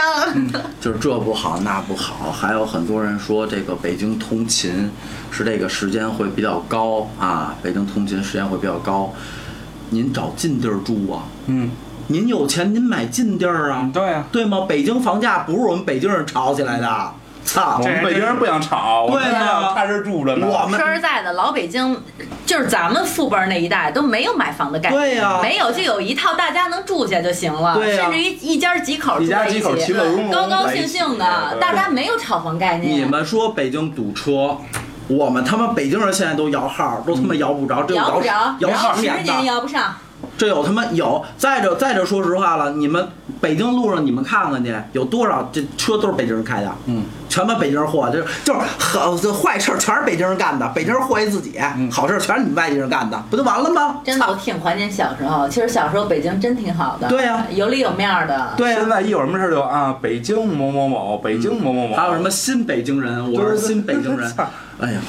Speaker 1: 就是这不好那不好，还有很多人说这个北京通勤是这个时间会比较高啊，北京通勤时间会比较高。您找近地儿住啊，
Speaker 3: 嗯，
Speaker 1: 您有钱您买近地儿啊
Speaker 6: 嗯，， (laughs) 对啊，
Speaker 1: 对吗？北京房价不是我们北京人炒起来的，操
Speaker 3: 我！们北京人不想吵，我们
Speaker 1: 对呀
Speaker 3: 想踏实住着呢。
Speaker 1: 我
Speaker 4: 说
Speaker 1: 们
Speaker 4: 实在的，老北京就是咱们父辈儿那一代都没有买房的概念，
Speaker 1: 对呀
Speaker 4: 没有就有一套大家能住下就行了，
Speaker 1: 对呀
Speaker 4: 甚至于一家几口住
Speaker 3: 一家
Speaker 4: 在
Speaker 3: 几
Speaker 4: 起，
Speaker 3: 口其乐融融，
Speaker 4: 高高兴兴的，大家没有炒房概念。
Speaker 1: 你们说北京堵车，我们他妈北京人现在都摇号，都他
Speaker 3: 嗯
Speaker 1: 妈摇不着，这有
Speaker 4: 摇不着，
Speaker 1: 摇
Speaker 4: 十
Speaker 1: 十年的
Speaker 4: 年。摇不上，
Speaker 1: 这有他妈有，再者再者说实话了，你们北京路上你们看看去，有多少这车都是北京人开的，嗯，全把北京人祸，这就是好这坏事儿全是北京人干的，北京人祸害自己，好事儿全是你们外地人干的，不就完了吗？
Speaker 4: 真的，我挺怀念小时候。其实小时候北京真挺好的，
Speaker 1: 对呀
Speaker 4: 有里有面儿的。
Speaker 1: 对
Speaker 3: 现
Speaker 1: 呀、
Speaker 3: 在一有什么事儿就啊，北京某某某，北京某某某，
Speaker 1: 还有什么新北京人，我是新北
Speaker 8: (laughs)
Speaker 1: 京人
Speaker 3: 对对对，
Speaker 1: 哎呀，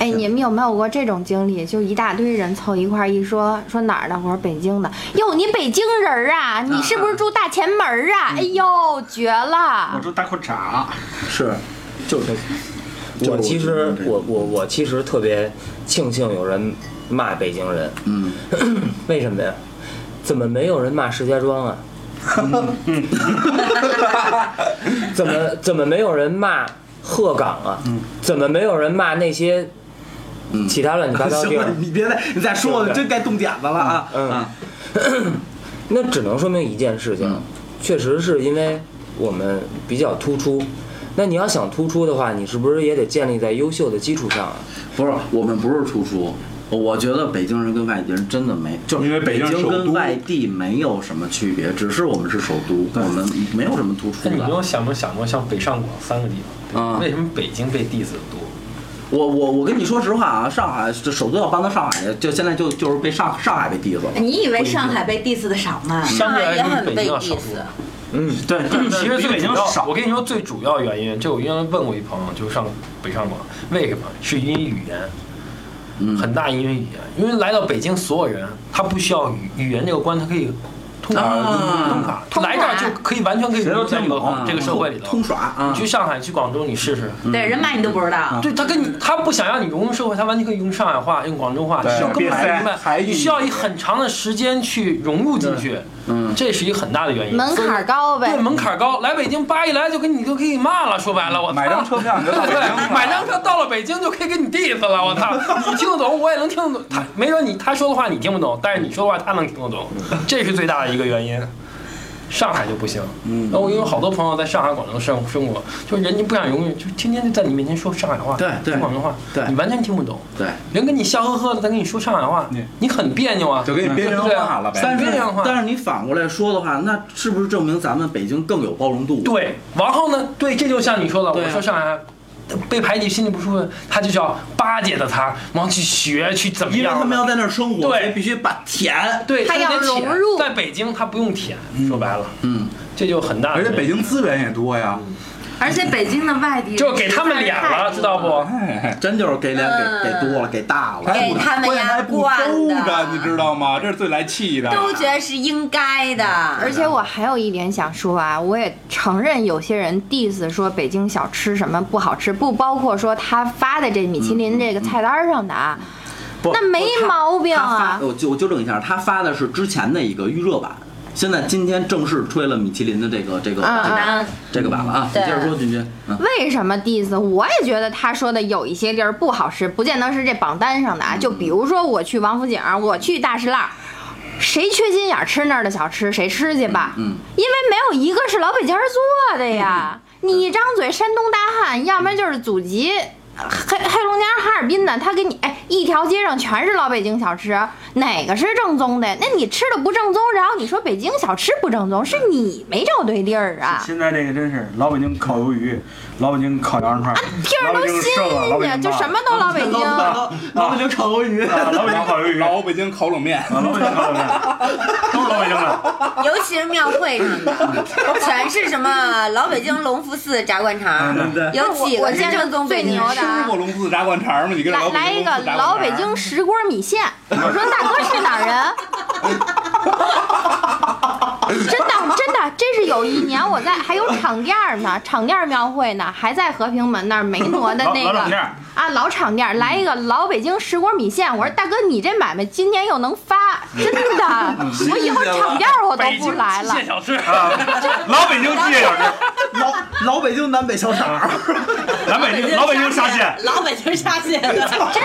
Speaker 5: 哎，你们有没有过这种经历？就一大堆人凑一块儿，一说说哪儿的，我说北京的。哟，你北京人儿啊？你是不是住大前门儿啊？哎呦，绝
Speaker 6: 我
Speaker 5: 了！
Speaker 6: 住大裤衩，啊
Speaker 1: 是，就这，就
Speaker 8: 我
Speaker 1: 是
Speaker 8: 其
Speaker 1: 觉
Speaker 8: 实
Speaker 1: 得这个
Speaker 8: 我我我其实特别庆幸有人骂北京人，
Speaker 1: 嗯，
Speaker 8: (clears throat) 为什么呀？怎么没有人骂石家庄啊？ (laughs) 怎么怎么没有人骂鹤岗啊？
Speaker 1: 嗯
Speaker 8: 怎么没有人骂那些其他乱七八糟地
Speaker 1: 行
Speaker 8: 儿
Speaker 1: 了，？你别再你再说，我就真该动剪子了啊！
Speaker 8: 嗯
Speaker 1: 啊，
Speaker 8: 那只能说明一件事情，
Speaker 1: 嗯
Speaker 8: 确实是因为我们比较突出。那你要想突出的话，你是不是也得建立在优秀的基础上啊？
Speaker 1: 不是，我们不是突出，我觉得北京人跟外地人真的没，就是
Speaker 3: 因为
Speaker 1: 北
Speaker 3: 北京是首
Speaker 1: 跟
Speaker 3: 都
Speaker 1: 外地没有什么区别，只是我们是首都，我们没有什么突出
Speaker 9: 那你没
Speaker 1: 的。
Speaker 9: 有想没有想过，像北上广三个地
Speaker 1: 啊
Speaker 9: 方，为什么北京被 diss 的多？
Speaker 1: 我我我跟你说实话啊，上海这首都要搬到上海，就现在就就是被上上海被 diss 了。
Speaker 2: 你以为上海被 diss 的少吗？上
Speaker 9: 相对
Speaker 2: 海
Speaker 9: 来
Speaker 2: 也
Speaker 9: 说
Speaker 2: 很
Speaker 9: 比
Speaker 2: 被
Speaker 9: 北京要少
Speaker 2: diss
Speaker 9: 数。
Speaker 8: 嗯，
Speaker 6: 对，
Speaker 9: (laughs)
Speaker 6: 但
Speaker 9: 其
Speaker 6: 是比
Speaker 9: 实最
Speaker 6: 北
Speaker 9: 主
Speaker 6: 京
Speaker 9: 要，
Speaker 6: 少
Speaker 9: 我。跟你说最主要原因，这我原来问过一朋友，就是上北上广，为什么？是因为语言，很大因为语言，因为来到北京所有人，他不需要语语言这个关，他可以通卡
Speaker 1: 啊
Speaker 9: 通卡，来这儿就可以完全可以融入在这个
Speaker 1: 啊
Speaker 3: 嗯
Speaker 9: 这个社会里头
Speaker 1: 通。耍啊
Speaker 9: 你，去上海，去广州，你试试。
Speaker 4: 对，人骂你都不知道。
Speaker 9: 对他跟你，他不想让你融入社会，他完全可以用上海话、用广州话，你
Speaker 3: 对
Speaker 9: 需要
Speaker 3: 别
Speaker 9: 更
Speaker 3: 塞
Speaker 9: 明白，
Speaker 3: 还
Speaker 9: 你需要一很长的时间去融入进去，
Speaker 1: 嗯，
Speaker 9: 这是一个很大的原因。
Speaker 5: 门槛儿高呗
Speaker 9: 对，。门槛儿高，来北京叭一来就跟你就可以骂了，说白了，我操
Speaker 3: 买张车票你就到北京了
Speaker 9: 对，买张车到了北京就可以跟你 diss 了，我操！你听得懂，我也能听得懂。他没准你他说的话你听不懂，但是你说的话他能听得懂， (laughs) 这是最大的一个原因。上海就不行，嗯，那我有好多朋友在上海、广州生生活，就是人家不想融入，就天天就在你面前说上海话，
Speaker 1: 对对
Speaker 9: 说广州话，
Speaker 1: 对
Speaker 9: 你完全听不懂。
Speaker 1: 对。
Speaker 9: 人跟你笑呵呵的，在跟你说上海话，你很别扭啊，
Speaker 3: 就给你边缘化了呗。
Speaker 1: 但是
Speaker 9: 这样的话
Speaker 1: 但是你反过来说的话，那是不是证明咱们北京更有包容度？，
Speaker 9: 对，然后呢，对，这就像你说的，
Speaker 1: 对啊
Speaker 9: 我说上海。被排挤，心里不舒服，他就要巴结的他，然后去学，去怎么
Speaker 1: 因为
Speaker 9: 样的？
Speaker 1: 他们要在那儿生活，
Speaker 9: 对
Speaker 1: 所以必须把甜。
Speaker 9: 对，
Speaker 5: 他
Speaker 9: 他
Speaker 5: 要
Speaker 9: 得舔
Speaker 5: 融入
Speaker 9: 在北京，他不用舔，说白了，
Speaker 1: 嗯，
Speaker 9: 这就很大的
Speaker 3: 而
Speaker 9: 原因。
Speaker 3: 且北京资源也多呀，
Speaker 2: 而且北京的外地人
Speaker 9: 就给他们脸了，知道不？
Speaker 3: 哎，
Speaker 1: 真就是给脸
Speaker 9: 嗯
Speaker 1: 给给多了，给大
Speaker 9: 哎
Speaker 1: 了。
Speaker 2: 给他们
Speaker 3: 关键
Speaker 2: 呀
Speaker 3: 还不
Speaker 2: 惯
Speaker 3: 周着，
Speaker 2: 的
Speaker 3: 你知道吗？这是最来气的。
Speaker 2: 都觉得是应该的，
Speaker 5: 而且我还有一点想说啊，我也承认有些人 diss 说北京小吃什么不好吃，不包括说他发的这米其林这个菜单上的啊，
Speaker 1: 不
Speaker 5: 那没
Speaker 1: 不他
Speaker 5: 毛病
Speaker 1: 他
Speaker 5: 啊
Speaker 1: 发，嗯我纠我纠正一下，他发的是之前的一个预热版，现在今天正式推了米其林的这个这个、
Speaker 5: 嗯
Speaker 1: 这个
Speaker 4: 嗯
Speaker 1: 这个版了啊。你
Speaker 4: 对
Speaker 1: 接着说，君君。嗯，
Speaker 5: 为什么 diss？我也觉得他说的有一些地儿不好吃，不见得是这榜单上的
Speaker 1: 嗯
Speaker 5: 啊。就比如说我去王府井，我去大石栏，谁缺心眼儿吃那儿的小吃，谁吃去吧。
Speaker 1: 嗯嗯嗯
Speaker 5: 因为没有一个是老北京人做的呀。你一张嘴山东大汉，要不然就是祖籍。
Speaker 1: 嗯
Speaker 5: 黑黑龙江、哈尔滨的，他给你哎，一条街上全是老北京小吃，哪个是正宗的？那你吃的不正宗，然后你说北京小吃不正宗，是你没找对地儿啊。
Speaker 6: 现在这个真是老北京烤鱿鱼，老北京烤羊肉串，
Speaker 5: 地啊儿
Speaker 6: 老
Speaker 5: 都
Speaker 6: 北京
Speaker 5: 新
Speaker 6: 瘦了，老北
Speaker 5: 鲜，
Speaker 6: 京
Speaker 5: 就什么都老北京。
Speaker 1: 老北京烤鱿鱼，
Speaker 6: 啊老北京烤鱿鱼，
Speaker 3: 哎老北京烤冷面，
Speaker 6: 啊，老北京烤面，都是老北京的。
Speaker 2: 尤其是庙会上的，全是什么老北京隆福寺炸灌肠，有几个是正宗北京
Speaker 5: 我见着最牛
Speaker 2: 的
Speaker 5: 的
Speaker 2: 啊
Speaker 3: 吃过龙寺炸灌肠吗？你跟
Speaker 5: 来
Speaker 3: 老北
Speaker 5: 来
Speaker 3: 京
Speaker 5: 一
Speaker 3: 龙
Speaker 5: 个
Speaker 3: 寺炸灌肠
Speaker 5: 老北京石锅米线，我说大哥是哪儿人？真的真的，这是有一年我在还有场店儿呢，场店儿庙会呢，还在和平门那儿梅挪的那
Speaker 6: 老老
Speaker 5: 个
Speaker 6: 场店儿
Speaker 5: 啊老场店儿，来一个老北京石锅米线，我说大哥你这买卖今年又能发，真的，我以后场店儿我都
Speaker 9: 北
Speaker 5: 不
Speaker 9: 京
Speaker 5: 来了
Speaker 9: 机械。小吃，
Speaker 1: 啊
Speaker 6: 老北京鸡小吃，
Speaker 1: 老老北京南北小炒儿，
Speaker 6: 南北京老北京沙县，
Speaker 4: 老北京沙县的，
Speaker 5: 真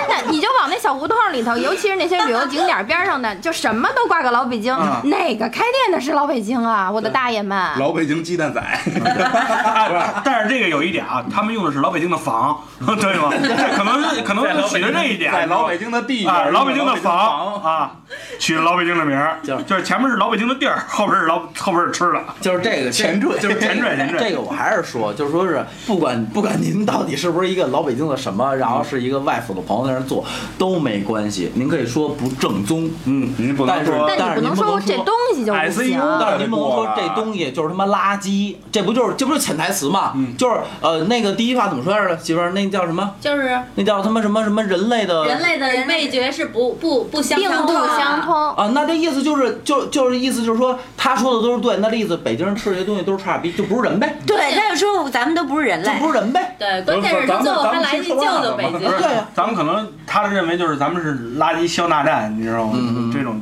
Speaker 5: 的，你就往那小胡同里头，尤其是那些旅
Speaker 1: (laughs)
Speaker 5: 游景点边上的，就什么都挂个老北京。
Speaker 1: 啊
Speaker 5: 哪个开店的是老北京啊？我的大爷们！
Speaker 3: 老北京鸡
Speaker 9: (laughs)
Speaker 3: 蛋仔，
Speaker 6: 哎，但是这个有一点啊，他们用的是老北京的房， (laughs) 对吗？这可能是可能是取的这一
Speaker 3: (laughs)
Speaker 6: 点，
Speaker 3: 在老北京的地
Speaker 6: 啊，老北京的
Speaker 3: 房
Speaker 6: 房，啊，取老北京的名儿，就是前面是老北京的地儿，后边是老后边是吃的。
Speaker 1: 就是这个
Speaker 3: 前缀
Speaker 1: 就是这个
Speaker 6: 前缀
Speaker 1: (laughs)
Speaker 6: 前缀
Speaker 1: 这个我还是说，就是说是不管不管您到底是不是一个老北京的什么，然后是一个外府的朋友在那儿做都没关系，您可以说不正宗，嗯，
Speaker 3: 您不能
Speaker 1: 但是
Speaker 3: 说
Speaker 5: 但你不能说这东西就不行。
Speaker 3: ICU
Speaker 1: 但是您不能说这东西就是他妈垃圾，这不就是这不就是潜台词嘛？
Speaker 3: 嗯
Speaker 1: 就是呃，那个第一话怎么说来着？媳妇儿，那叫什么？
Speaker 4: 就是
Speaker 1: 那叫他妈什么什么人类的
Speaker 4: 人类的味觉是不不不相
Speaker 5: 并
Speaker 4: 通
Speaker 5: 不
Speaker 4: 的
Speaker 5: 相。通，
Speaker 1: 啊？那这意思就是就就是意思就是说，他说的都是对，那这意思北京人吃这些东西都是差逼，就不是人呗，
Speaker 2: 对，他就说咱们都不是人
Speaker 1: 就
Speaker 2: 类
Speaker 1: 不，是人呗。
Speaker 4: 对，关键是最后他来一句救救北京
Speaker 6: 不。是
Speaker 1: 对啊，
Speaker 6: 咱们可能他认为就是咱们是垃圾消纳站，你知道吗？这种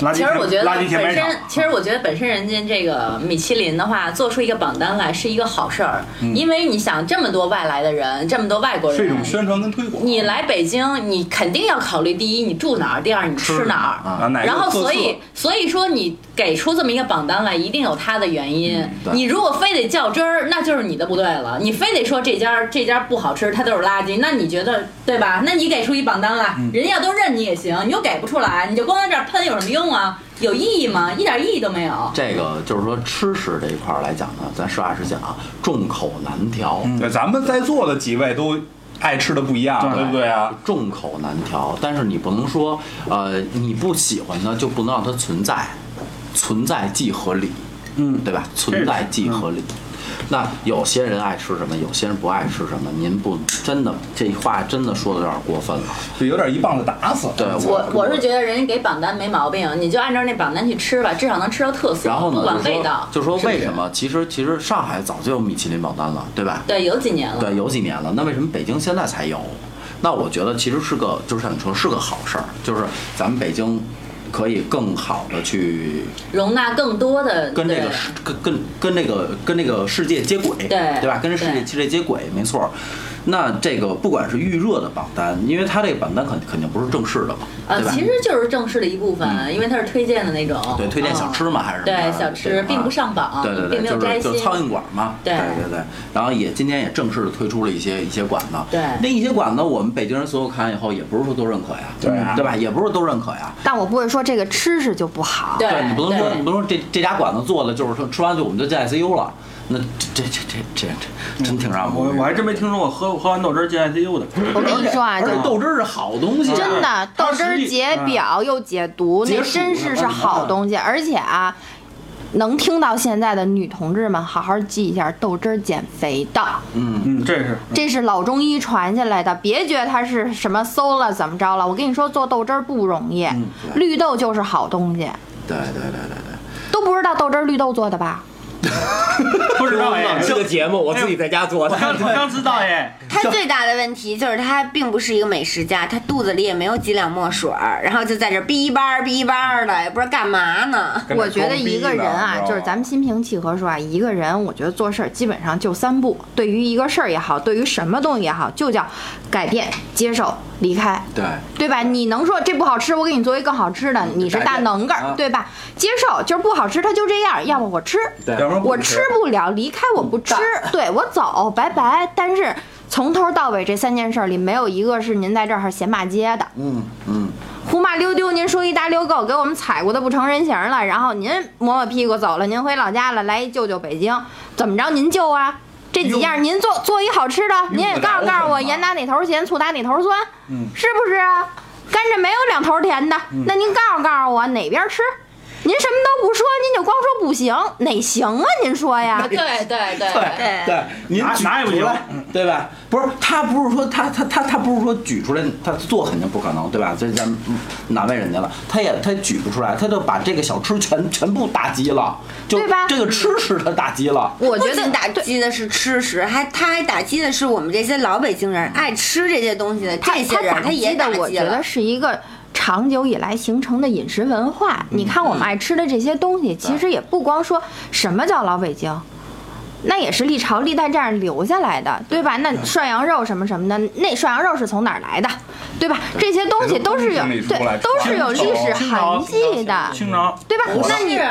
Speaker 6: 垃圾
Speaker 4: 其实我觉得
Speaker 6: 垃圾
Speaker 4: 本
Speaker 6: 填埋
Speaker 4: 身
Speaker 6: 场，，
Speaker 4: 其实我觉得本身人家这个米其林的话，做出一个榜单来是一个好事儿，因为你想这么多外来的人，这么多外国
Speaker 3: 是一
Speaker 4: 人
Speaker 3: 种，宣传跟推广。
Speaker 4: 你来北京，你肯定要考虑第一你住哪儿，第二你吃哪儿，
Speaker 3: 啊，哪个
Speaker 4: 然后
Speaker 3: 特色
Speaker 4: 所以所以说你给出这么一个榜单来，啊一定有它的原因。
Speaker 1: 嗯对
Speaker 4: 你如果非得较真儿，那就是你的不对了。你非得说这家这家不好吃，它都是垃圾，那你觉得对吧？那你给出一榜单来，
Speaker 1: 嗯
Speaker 4: 人家都认你也行，你又给不出来，你就光在这儿喷有什么用啊？有意义吗？一点意义都没有。
Speaker 1: 这个就是说吃食这一块儿来讲呢，咱实话实讲啊，众口难调。
Speaker 3: 对，咱们在座的几位都爱吃的不一样，对不对啊？
Speaker 1: 众口难调，但是你不能说，呃，你不喜欢它就不能让它存在，存在即合理，嗯，对吧？存在即合理。那有些人爱吃什么，有些人不爱吃什么，您不真的这话真的说的有点过分了。
Speaker 3: 就有点一棒子打死。
Speaker 1: 对
Speaker 4: 我我是觉得人家给榜单没毛病，你就按照那榜单去吃吧，至少能吃到特色，
Speaker 1: 然后
Speaker 4: 不
Speaker 1: 呢
Speaker 4: 管，味道。
Speaker 1: 就说就说为什么？其实其实上海早就有米其林榜单了，对吧？
Speaker 4: 对，有几年了。
Speaker 1: 对，有几年了。那为什么北京现在才有？那我觉得其实是个，就是像你说是个好事儿，就是咱们北京可以更好的去
Speaker 4: 容纳更多的
Speaker 1: 跟这
Speaker 4: 对
Speaker 1: 个世跟跟跟这个跟这个世界接轨，
Speaker 4: 对
Speaker 1: 对吧？跟这世界
Speaker 4: 对
Speaker 1: 世界接轨，没错儿。那这个不管是预热的榜单，因为它这个榜单肯肯定不是正式的嘛，
Speaker 4: 呃
Speaker 1: 对，吧？嗯
Speaker 4: 其实就是正式的一部分，因为它是推荐的那种。
Speaker 1: 对，推荐小吃嘛，
Speaker 4: 嗯
Speaker 1: 还是什么
Speaker 4: 对
Speaker 1: 的啊
Speaker 4: 小吃，并不上榜，
Speaker 1: 对对
Speaker 4: 并没
Speaker 1: 对，
Speaker 4: 有摘
Speaker 1: 就是
Speaker 4: 星
Speaker 1: 就。苍蝇馆嘛，
Speaker 4: 对
Speaker 1: 对对。然后也今天也正式的推出了一些一些馆子，
Speaker 4: 对
Speaker 1: 那一些馆子我们北京人所有看完以后，也不是说都认可呀，
Speaker 3: 对啊
Speaker 1: 对吧？也不是都认可呀。
Speaker 5: 但我不会说这个吃食就不好。
Speaker 4: 对
Speaker 1: 啊你不能说
Speaker 4: 对
Speaker 1: 你不能说这这家馆子做的就是说吃完就我们就进 ICU 了，那这这这这这真挺让
Speaker 6: 我
Speaker 1: 无语
Speaker 6: 我还真没听说过喝喝完豆汁儿进 ICU 的，
Speaker 5: 我跟你说啊，
Speaker 1: 而
Speaker 5: 就
Speaker 1: 且豆汁儿是好东西啊，
Speaker 5: 真的豆汁儿解表又解毒，
Speaker 1: 解
Speaker 5: 那
Speaker 1: 暑
Speaker 5: 真是是好东西。而且啊，能听到现在的女同志们好好记一下豆汁儿减肥的，
Speaker 6: 嗯，这是
Speaker 5: 这是老中医传下来的。别觉得它是什么馊了怎么着了，我跟你说做豆汁儿不容易，
Speaker 3: 嗯
Speaker 5: 绿豆就是好东西。
Speaker 1: 对对对对对。
Speaker 5: 都不知道豆汁儿绿豆做的吧？
Speaker 6: 不知道哎，
Speaker 8: 这个节目我自己在家做的 (laughs)
Speaker 6: 我，刚我刚知道哎，
Speaker 2: 他最大的问题就是他并不是一个美食家，他肚子里也没有几两墨水儿，然后就在这逼吧儿逼吧儿的，也不知道干嘛呢。
Speaker 3: 跟那
Speaker 5: 我觉得
Speaker 3: 装逼哦
Speaker 5: 一个人
Speaker 3: 呢
Speaker 5: 啊，
Speaker 3: 你知道吗
Speaker 5: 就是咱们心平气和说啊，一个人我觉得做事儿基本上就三步，对于一个事儿也好，对于什么东西也好，就叫改变、接受、离开。
Speaker 1: 对，
Speaker 5: 对吧？你能说这不好吃，我给你做一更好吃的，你是大能干
Speaker 1: 啊
Speaker 5: 儿，对吧？接受就是不好吃，它就这样，要么我吃，
Speaker 1: 对
Speaker 3: 要不然不
Speaker 5: 我吃不了，离开我不吃，对我走，拜拜。但是从头到尾这三件事儿里，没有一个是您在这儿闲骂街的，
Speaker 1: 嗯嗯，
Speaker 5: 胡骂溜丢，您说一大溜够，给我们踩过的不成人形了，然后您抹抹屁股走了，您回老家了，来一舅舅北京，怎么着您救啊？这几样您做做一好吃的，您也告诉告诉我盐打哪头咸，醋打哪头酸，是不是啊？甘蔗没有两头甜的，那您告诉告诉我哪边吃？您什么都不说，您就光说不行，哪行啊？您说呀？
Speaker 4: 对对对对，
Speaker 1: 对，您
Speaker 6: 哪
Speaker 1: 举
Speaker 6: 哪有
Speaker 1: 出
Speaker 6: 牛
Speaker 1: 来，
Speaker 5: 嗯
Speaker 1: 对吧？不是，他不是说他他他他不是说举出来，他做肯定不可能，对吧？这咱嗯难为人家了，他也他举不出来，他就把这个小吃全全部打击了，就
Speaker 5: 对吧
Speaker 1: 这个吃食他打击了，
Speaker 5: 我觉
Speaker 2: 不
Speaker 5: 得
Speaker 2: 仅打
Speaker 5: 对
Speaker 2: 击的是吃食，还他还打击的是我们这些老北京人爱吃这些东西的
Speaker 5: 他
Speaker 2: 这些人，
Speaker 5: 打
Speaker 2: 也
Speaker 5: 击
Speaker 2: 打
Speaker 5: 的，
Speaker 2: 击了。
Speaker 5: 我觉得是一个长久以来形成的饮食文化。你看我们爱吃的这些东西，其实也不光说什么叫老北京。那也是历朝历代这样留下来的，对吧？那涮羊肉什么什么的，那涮羊肉是从哪儿来的，对吧？这些东西都是有
Speaker 3: 从历史
Speaker 5: 对
Speaker 3: 出来，
Speaker 5: 都是有历史
Speaker 6: 清朝
Speaker 5: 痕迹的，
Speaker 6: 清朝
Speaker 5: 对吧？那
Speaker 4: 不
Speaker 5: 你
Speaker 4: 是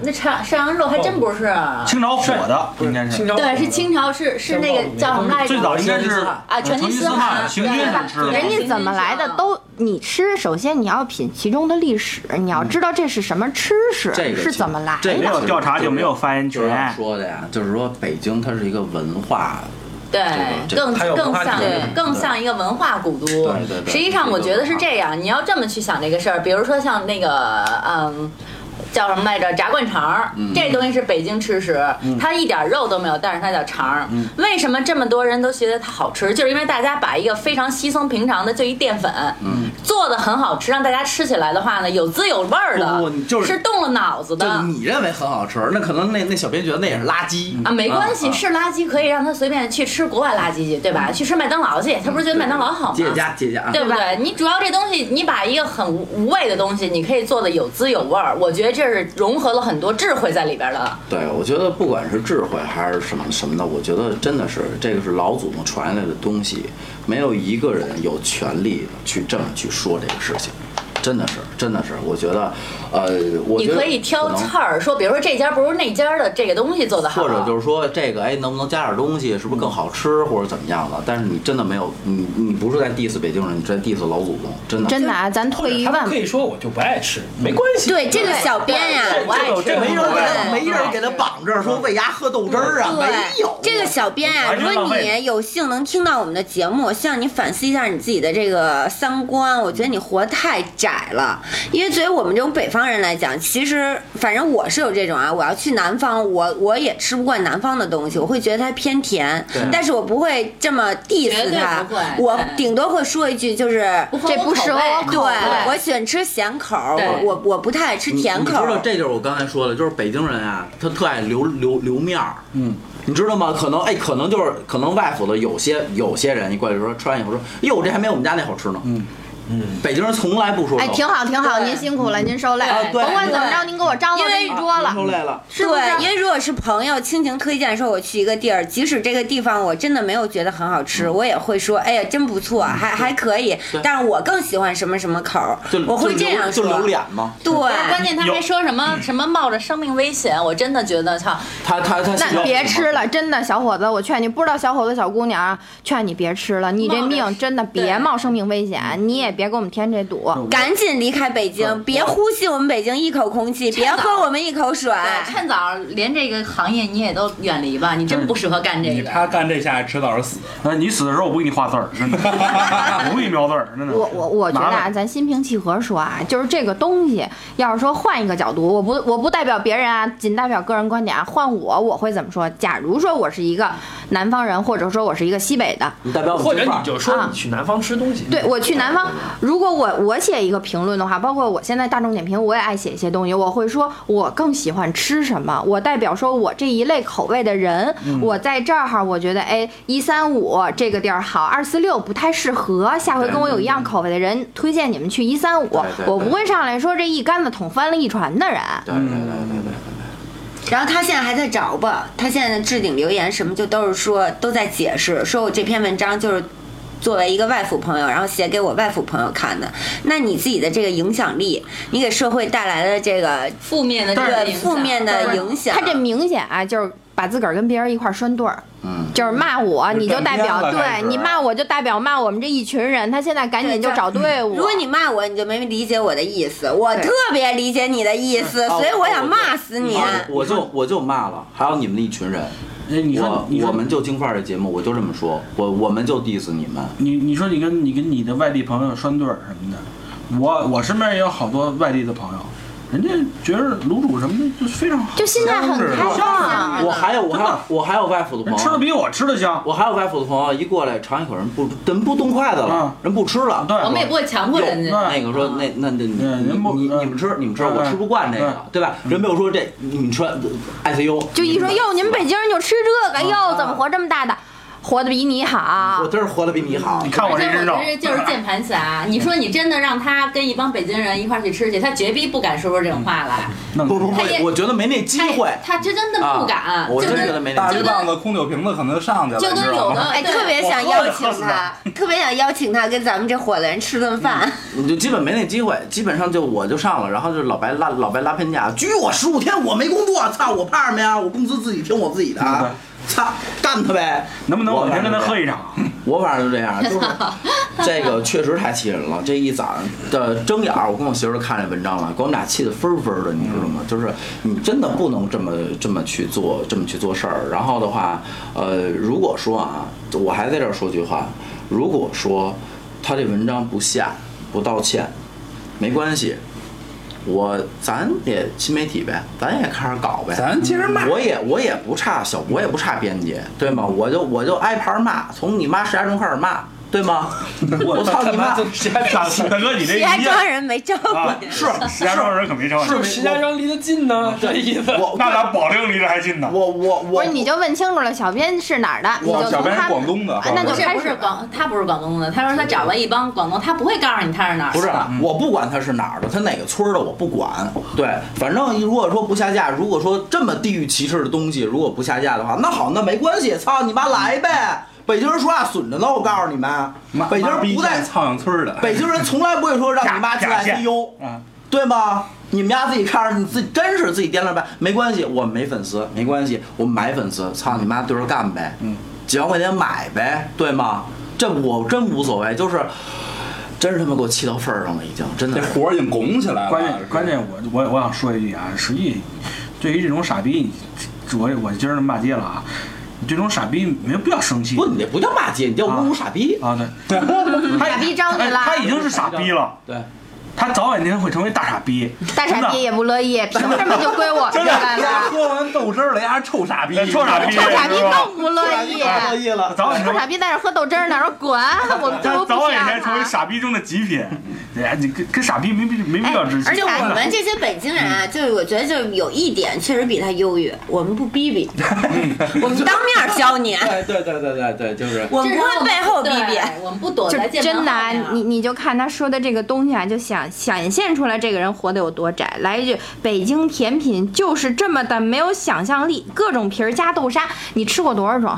Speaker 4: 那涮涮羊肉还真不是。
Speaker 6: 清朝火的应该是
Speaker 9: 清。朝
Speaker 1: 嗯
Speaker 4: 对，是清朝，是是那个叫什么来着？
Speaker 6: 最早应该是
Speaker 4: 啊，全
Speaker 6: 成
Speaker 4: 军
Speaker 6: 吉
Speaker 4: 司
Speaker 6: 思汗
Speaker 4: 汗，
Speaker 6: 行
Speaker 4: 对
Speaker 6: 军
Speaker 4: 吧
Speaker 6: 是吃的，
Speaker 5: 人家怎么来的都，你吃，首先你要品其中的历史，你要知道这是什么吃食，
Speaker 1: 这个
Speaker 5: 是
Speaker 1: 其
Speaker 5: 怎么来的。
Speaker 1: 这个
Speaker 6: 没有调查就没有发言
Speaker 1: 就是要
Speaker 6: 权。
Speaker 1: 说的呀，就是说北京它是一个文化，
Speaker 4: 对
Speaker 1: 这，个
Speaker 4: 更
Speaker 9: 还有文
Speaker 4: 更
Speaker 9: 化
Speaker 4: 像
Speaker 9: 底蕴
Speaker 4: 更像一个文化古都。
Speaker 1: 对对对
Speaker 4: 实际上，我觉得是这样，你要这么去想这个事儿，比如说像那个嗯。叫什么来着？炸灌肠儿，
Speaker 1: 嗯
Speaker 4: 这东西是北京吃食，它一点肉都没有，但是它叫肠儿。
Speaker 1: 嗯
Speaker 4: 为什么这么多人都觉得它好吃？就是因为大家把一个非常稀松平常的，就一淀粉，
Speaker 1: 嗯
Speaker 4: 做的很好吃，让大家吃起来的话呢，有滋有味儿的，
Speaker 1: 不不你就是
Speaker 4: 动了脑子的。
Speaker 1: 就你认为很好吃，那可能那那小编觉得那也是垃
Speaker 6: 嗯
Speaker 1: 圾
Speaker 4: 啊，没关系，
Speaker 1: 啊嗯
Speaker 4: 是垃圾可以让他随便去吃国外垃圾去，对吧？去吃麦当劳去，他不是觉得麦当劳好吗？
Speaker 1: 借家借家啊，
Speaker 4: 对不对？你主要这东西，你把一个很无无味的东西，你可以做的有滋有味儿，我觉得这是融合了很多智慧在里边的。
Speaker 1: 对，我觉得不管是智慧还是什么什么的，我觉得真的是这个是老祖宗传下来的东西，没有一个人有权利去这么去说这个事情。真的是，真的是，我觉得，呃，我
Speaker 4: 你
Speaker 1: 觉得
Speaker 4: 可以挑
Speaker 1: 可能
Speaker 4: 刺儿，说比如说这家不如那家的这个东西做的好，
Speaker 2: 啊
Speaker 1: 或者就是说这个哎，能不能加点东西，是不是
Speaker 2: 嗯
Speaker 1: 更好吃，或者怎么样的？但是你真的没有，你你不是在 diss 北京人，你是在 diss 老祖宗，真的。
Speaker 5: 真的啊，咱
Speaker 9: 或
Speaker 5: 退
Speaker 9: 者
Speaker 5: 一
Speaker 9: 他们
Speaker 5: 万
Speaker 9: 可
Speaker 5: 步，
Speaker 9: 以说我就不爱吃，
Speaker 1: 嗯
Speaker 9: 没关系。
Speaker 2: 对，这个小编呀、
Speaker 4: 我爱吃，
Speaker 9: 这没人
Speaker 2: 对
Speaker 1: 没人给他绑这儿说喂鸭喝豆汁儿啊，没有
Speaker 2: 对，这个小编啊，
Speaker 9: 完
Speaker 2: 如
Speaker 9: 全
Speaker 2: 果
Speaker 9: 浪费
Speaker 2: 你有幸能听到我们的节目，希望你反思一下你自己的这个三观。我觉得你活太窄了，因为作为我们这种北方人来讲，其实反正我是有这种啊，我要去南方，我我也吃不惯南方的东西，我会觉得它偏甜，但是我不会这么 diss
Speaker 4: 绝对
Speaker 2: 它
Speaker 4: 不会，
Speaker 2: 我
Speaker 4: 对
Speaker 2: 顶多会说一句就是。哦
Speaker 4: 合
Speaker 5: 这不适合我
Speaker 4: 我口味
Speaker 2: 对
Speaker 5: 口味。
Speaker 2: 我喜欢吃咸口儿，
Speaker 4: 对
Speaker 2: 我我我不太爱吃
Speaker 1: 你
Speaker 2: 甜口
Speaker 1: 你知道
Speaker 2: 儿。
Speaker 1: 这就是我刚才说的，就是北京人啊，他特爱留留留面儿。嗯。你知道吗？可能哎，可能就是可能外府的有些有些人，你过去说吃完以后说，哟，这还没我们家那好吃呢。嗯嗯，北京人从来不说。
Speaker 5: 哎，挺好，挺好，
Speaker 4: 对
Speaker 5: 您辛苦了，您受累了。
Speaker 1: 对
Speaker 5: 甭管怎么着，您给我张罗这一桌
Speaker 1: 啊
Speaker 5: 了
Speaker 1: 您，受累了。
Speaker 5: 是不
Speaker 2: 对，因
Speaker 5: 是？
Speaker 2: 为如果是朋友亲情推荐说我去一个地儿，即使这个地方我真的没有觉得很好吃，我也会说，哎呀，真不错，还还可以
Speaker 1: 嗯对，
Speaker 2: 但是我更喜欢什么什么口儿
Speaker 1: 就，
Speaker 2: 我会
Speaker 1: 就
Speaker 2: 这
Speaker 1: 留
Speaker 2: 样
Speaker 1: 就
Speaker 2: 说。
Speaker 1: 留脸嘛。
Speaker 2: 对，
Speaker 4: 关键他还说什么什么冒着生命危险，我真的觉得操，
Speaker 1: 他他他
Speaker 5: 那
Speaker 1: 要
Speaker 5: 别
Speaker 1: 什么
Speaker 5: 吃了，真的，小伙子，我劝你，不知道小伙子、小姑娘啊，劝你别吃了，你这
Speaker 4: 冒着
Speaker 5: 命真的别
Speaker 4: 对
Speaker 5: 冒生命危险，你也别给我们添这堵。
Speaker 2: 赶紧离开北
Speaker 1: 嗯
Speaker 2: 京，别呼吸我们北京一口空气，别喝我们一口水。
Speaker 4: 对，趁早连这个行业你也都远离吧，你真不适合干这
Speaker 3: 你
Speaker 4: 个。
Speaker 3: 他干这下迟早是死。
Speaker 6: 哎，你死的时候我不给你画字儿，真的， (laughs) 我不给你描字儿，真的。
Speaker 5: 我我我觉得
Speaker 6: 麻
Speaker 5: 啊，
Speaker 6: 烦
Speaker 5: 咱心平气和说啊，就是这个东西，要是说换一个角度，我不我不代表别人啊，仅代表个人观点啊。换我，我会怎么说？假如说我是一个南方人，或者说我是一个西北的，
Speaker 1: 你代表我们
Speaker 9: 或者
Speaker 1: 京范儿
Speaker 9: 你就说
Speaker 5: 啊
Speaker 9: 你去南方吃东西，
Speaker 5: 对我去南方，如果我我写一个评论的话，包括我现在大众点评，我也爱写一些东西，我会说我更喜欢吃什么，我代表说我这一类口味的人，我在这儿哈，我觉得哎，一三五这个地儿好，二四六不太适合，下回跟我有一样口味的人推荐你们去一三五，
Speaker 1: 对对
Speaker 5: 我不会上来说这一竿子捅翻了一船的人。
Speaker 1: 对对对对对对。
Speaker 2: 然后他现在还在找吧，他现在的置顶留言什么就都是说都在解释，说我这篇文章就是作为一个外府朋友，然后写给我外府朋友看的。那你自己的这个影响力，你给社会带来的这个
Speaker 4: 负面的这个
Speaker 2: 对
Speaker 4: 影响
Speaker 2: 负面的影响，
Speaker 5: 他这明显啊，就是把自个儿跟别人一块儿拴对儿，
Speaker 1: 嗯
Speaker 5: 就是骂我，
Speaker 3: 就
Speaker 5: 你就代
Speaker 3: 断片
Speaker 5: 表
Speaker 3: 了开始
Speaker 5: 对你骂我就代表骂我们这一群人，他现在赶紧就找队伍。
Speaker 2: 如果你骂我，你就没理解我的意思。我
Speaker 5: 对
Speaker 2: 特别理解你的意思，
Speaker 1: 哦
Speaker 2: 呃所以我想骂死你。啊
Speaker 1: 我就我就骂了，还有你们那一群人，
Speaker 6: 哎，你说
Speaker 1: 我
Speaker 6: 你说
Speaker 1: 我们就京范儿这节目，我就这么说，我我们就 diss 你们，
Speaker 6: 你你说你跟你跟你的外地朋友拴对儿什么的，我我身边也有好多外地的朋友，人家觉着卤煮什么的就是非常好，
Speaker 5: 就心态很开放啊。
Speaker 1: 我还有我还有我还有外府的朋
Speaker 6: 人吃的
Speaker 1: 友，
Speaker 6: 比我吃的香。
Speaker 1: 我还有外府的朋友一过来尝一口，人不人不动筷子了
Speaker 6: 啊，
Speaker 1: 人不吃了。
Speaker 6: 对，
Speaker 4: 我们也不会强迫人
Speaker 6: 有
Speaker 4: 家。
Speaker 1: 那个说那那那你
Speaker 6: 嗯人不
Speaker 1: 你你们吃你们吃，
Speaker 6: 嗯
Speaker 1: 我吃不惯这个
Speaker 6: 嗯，
Speaker 1: 对吧？人没有说这你们吃 ICU，
Speaker 5: 就一说哟，你们北京人就吃这个，
Speaker 1: 啊
Speaker 2: 嗯
Speaker 5: 哟，怎么活这么大的，活得比你好
Speaker 4: 啊
Speaker 1: 我。真是活得比你好
Speaker 6: 你。看我
Speaker 4: 而
Speaker 6: 这
Speaker 4: 且我
Speaker 6: 人肉
Speaker 4: 觉，得就是键盘
Speaker 6: (laughs)
Speaker 4: 侠，你说你真的让他跟一帮北京人一块儿去吃去，他绝逼不敢说出这种话来。
Speaker 6: 嗯
Speaker 1: 不不不
Speaker 4: 他，也
Speaker 1: 我觉得没那机
Speaker 4: 他
Speaker 1: 会
Speaker 4: 他真的
Speaker 1: 啊
Speaker 4: 不敢，，
Speaker 1: 我
Speaker 4: 就
Speaker 1: 真觉得
Speaker 4: 跟
Speaker 1: 没那
Speaker 3: 大
Speaker 1: 机
Speaker 3: 绿
Speaker 1: 会。
Speaker 3: 棒子、空酒瓶子可能就上去了，
Speaker 4: 就
Speaker 3: 你
Speaker 4: 跟
Speaker 3: 知道
Speaker 4: 有
Speaker 3: 吗？
Speaker 4: 的
Speaker 2: 哎，
Speaker 4: 对
Speaker 2: 特别想
Speaker 6: 我饿
Speaker 2: 邀
Speaker 6: 着
Speaker 2: 请
Speaker 6: 死
Speaker 2: 他，特别想邀请他跟咱们这伙子人吃顿饭。
Speaker 1: 你就基本没那机会，基本上就我就上了，然后就老白拉老白拉偏架，拘我十五天，我没工作，操，我怕什么呀？我工资自己听我自己的啊，操，干他呗！
Speaker 6: 嗯能不能我
Speaker 1: 我
Speaker 6: 先跟他喝
Speaker 1: 一？
Speaker 6: 一场？
Speaker 1: 我反正就这样，就是这个确实太气人了。这一攒的睁眼儿，我跟我媳妇儿看这文章了，给我们俩气得分儿分儿的，你知道吗？就是你真的不能这么这么去做，这么去做事儿。然后的话，呃，如果说啊，我还在这儿说句话，如果说他这文章不下不道歉，没关系，我咱也新媒体呗，咱也开始搞呗，
Speaker 3: (laughs) 咱接着骂
Speaker 1: 我也我也不差小，我也不差编辑，对吗？我就我就挨盘儿骂，从你妈石家庄开始骂，对吗？我操你妈！
Speaker 5: (laughs)
Speaker 6: 大哥，你这一
Speaker 2: 石家
Speaker 6: 样
Speaker 2: 庄人没招过， (laughs)
Speaker 6: 啊，是石家庄人可没招
Speaker 1: 是
Speaker 6: 你，
Speaker 1: 是
Speaker 7: 石家庄离得近呢，这意思。
Speaker 1: 我
Speaker 6: 那咱保定离这还近呢。
Speaker 1: 我我
Speaker 5: 不
Speaker 1: 我
Speaker 5: 是，你就问清楚了，小编是哪儿的，你
Speaker 3: 我
Speaker 5: 就
Speaker 3: 小
Speaker 5: 从
Speaker 3: 编是
Speaker 5: 他
Speaker 3: 广东的
Speaker 5: 啊那就
Speaker 4: 不是
Speaker 5: 开
Speaker 4: 不
Speaker 5: 始
Speaker 4: 是。广，哎他不是广东的，他说他找了一帮广东，他不会告诉你他是哪儿
Speaker 1: 不
Speaker 4: 的。
Speaker 1: 是，我不管他是哪儿的，他哪个村儿的我不管。对，反正如果说不下架，如果说这么地域歧视的东西如果不下架的话，那好，那没关系，操你妈来呗。北京人说话损着呢，我告诉你们
Speaker 3: 妈，
Speaker 1: 北京
Speaker 3: 妈逼
Speaker 1: 人不带
Speaker 3: 像苍蝇村儿 (laughs) 的，
Speaker 1: 北京人从来不会说让你妈进 ICU，
Speaker 3: 嗯
Speaker 1: 对吗？你们家自己看着，你自己真是自己掂量呗，没关系，我们没粉丝，没关系，我们买粉丝，操你妈对着干呗，嗯，几万块钱买呗，对吗？这我真无所谓，就是，真是他妈给我气到份儿上了，已经真的
Speaker 3: 这。活儿已经拱起来了。
Speaker 6: 关键关键我我我想说一句啊，实际对于这种傻逼，我我今儿他妈骂街了啊，这种傻逼没有必要生气。
Speaker 1: 不，你这不叫骂街，你叫侮辱傻逼。
Speaker 6: 啊，对，他
Speaker 5: 傻逼张你
Speaker 6: 哎
Speaker 5: 啦
Speaker 6: 他已经是傻逼了，
Speaker 1: 对，
Speaker 6: 他早晚天会成为大傻逼。
Speaker 5: 大傻逼也不乐意，凭什么就归我
Speaker 3: (laughs)
Speaker 5: 这来 (laughs)
Speaker 3: 丫
Speaker 5: 了？
Speaker 3: 喝完豆汁儿了，丫哎臭傻逼，
Speaker 6: 臭傻
Speaker 3: (laughs)
Speaker 6: 逼
Speaker 5: 臭傻逼更不乐意，
Speaker 1: 乐意了。
Speaker 6: 早晚
Speaker 5: 臭
Speaker 6: 成
Speaker 5: 傻逼在这喝豆汁儿呢，说滚，我们
Speaker 6: 他
Speaker 5: 都不
Speaker 6: 早晚有一
Speaker 5: 想
Speaker 6: 天成为
Speaker 5: 他。
Speaker 6: 傻逼中的极品。哎，你跟跟傻逼没必没必
Speaker 5: 哎
Speaker 6: 要置气。
Speaker 5: 而且
Speaker 2: 就
Speaker 5: 我
Speaker 2: 我们这些北京人啊，就是我觉得就是有一点确实比他优越，我们不逼逼，我们当面教你，
Speaker 1: 对哎对对对对对，就是
Speaker 2: 我们不会背后逼逼。
Speaker 4: 对我们不躲
Speaker 5: 就
Speaker 4: 在
Speaker 5: 是
Speaker 4: 键
Speaker 5: 真
Speaker 4: 盘
Speaker 5: 的啊
Speaker 4: 后面啊，
Speaker 5: 你你就看他说的这个东西啊，就想显现出来这个人活得有多窄。来一句，北京甜品就是这么的没有想象力，各种皮儿加豆沙，你吃过多少种？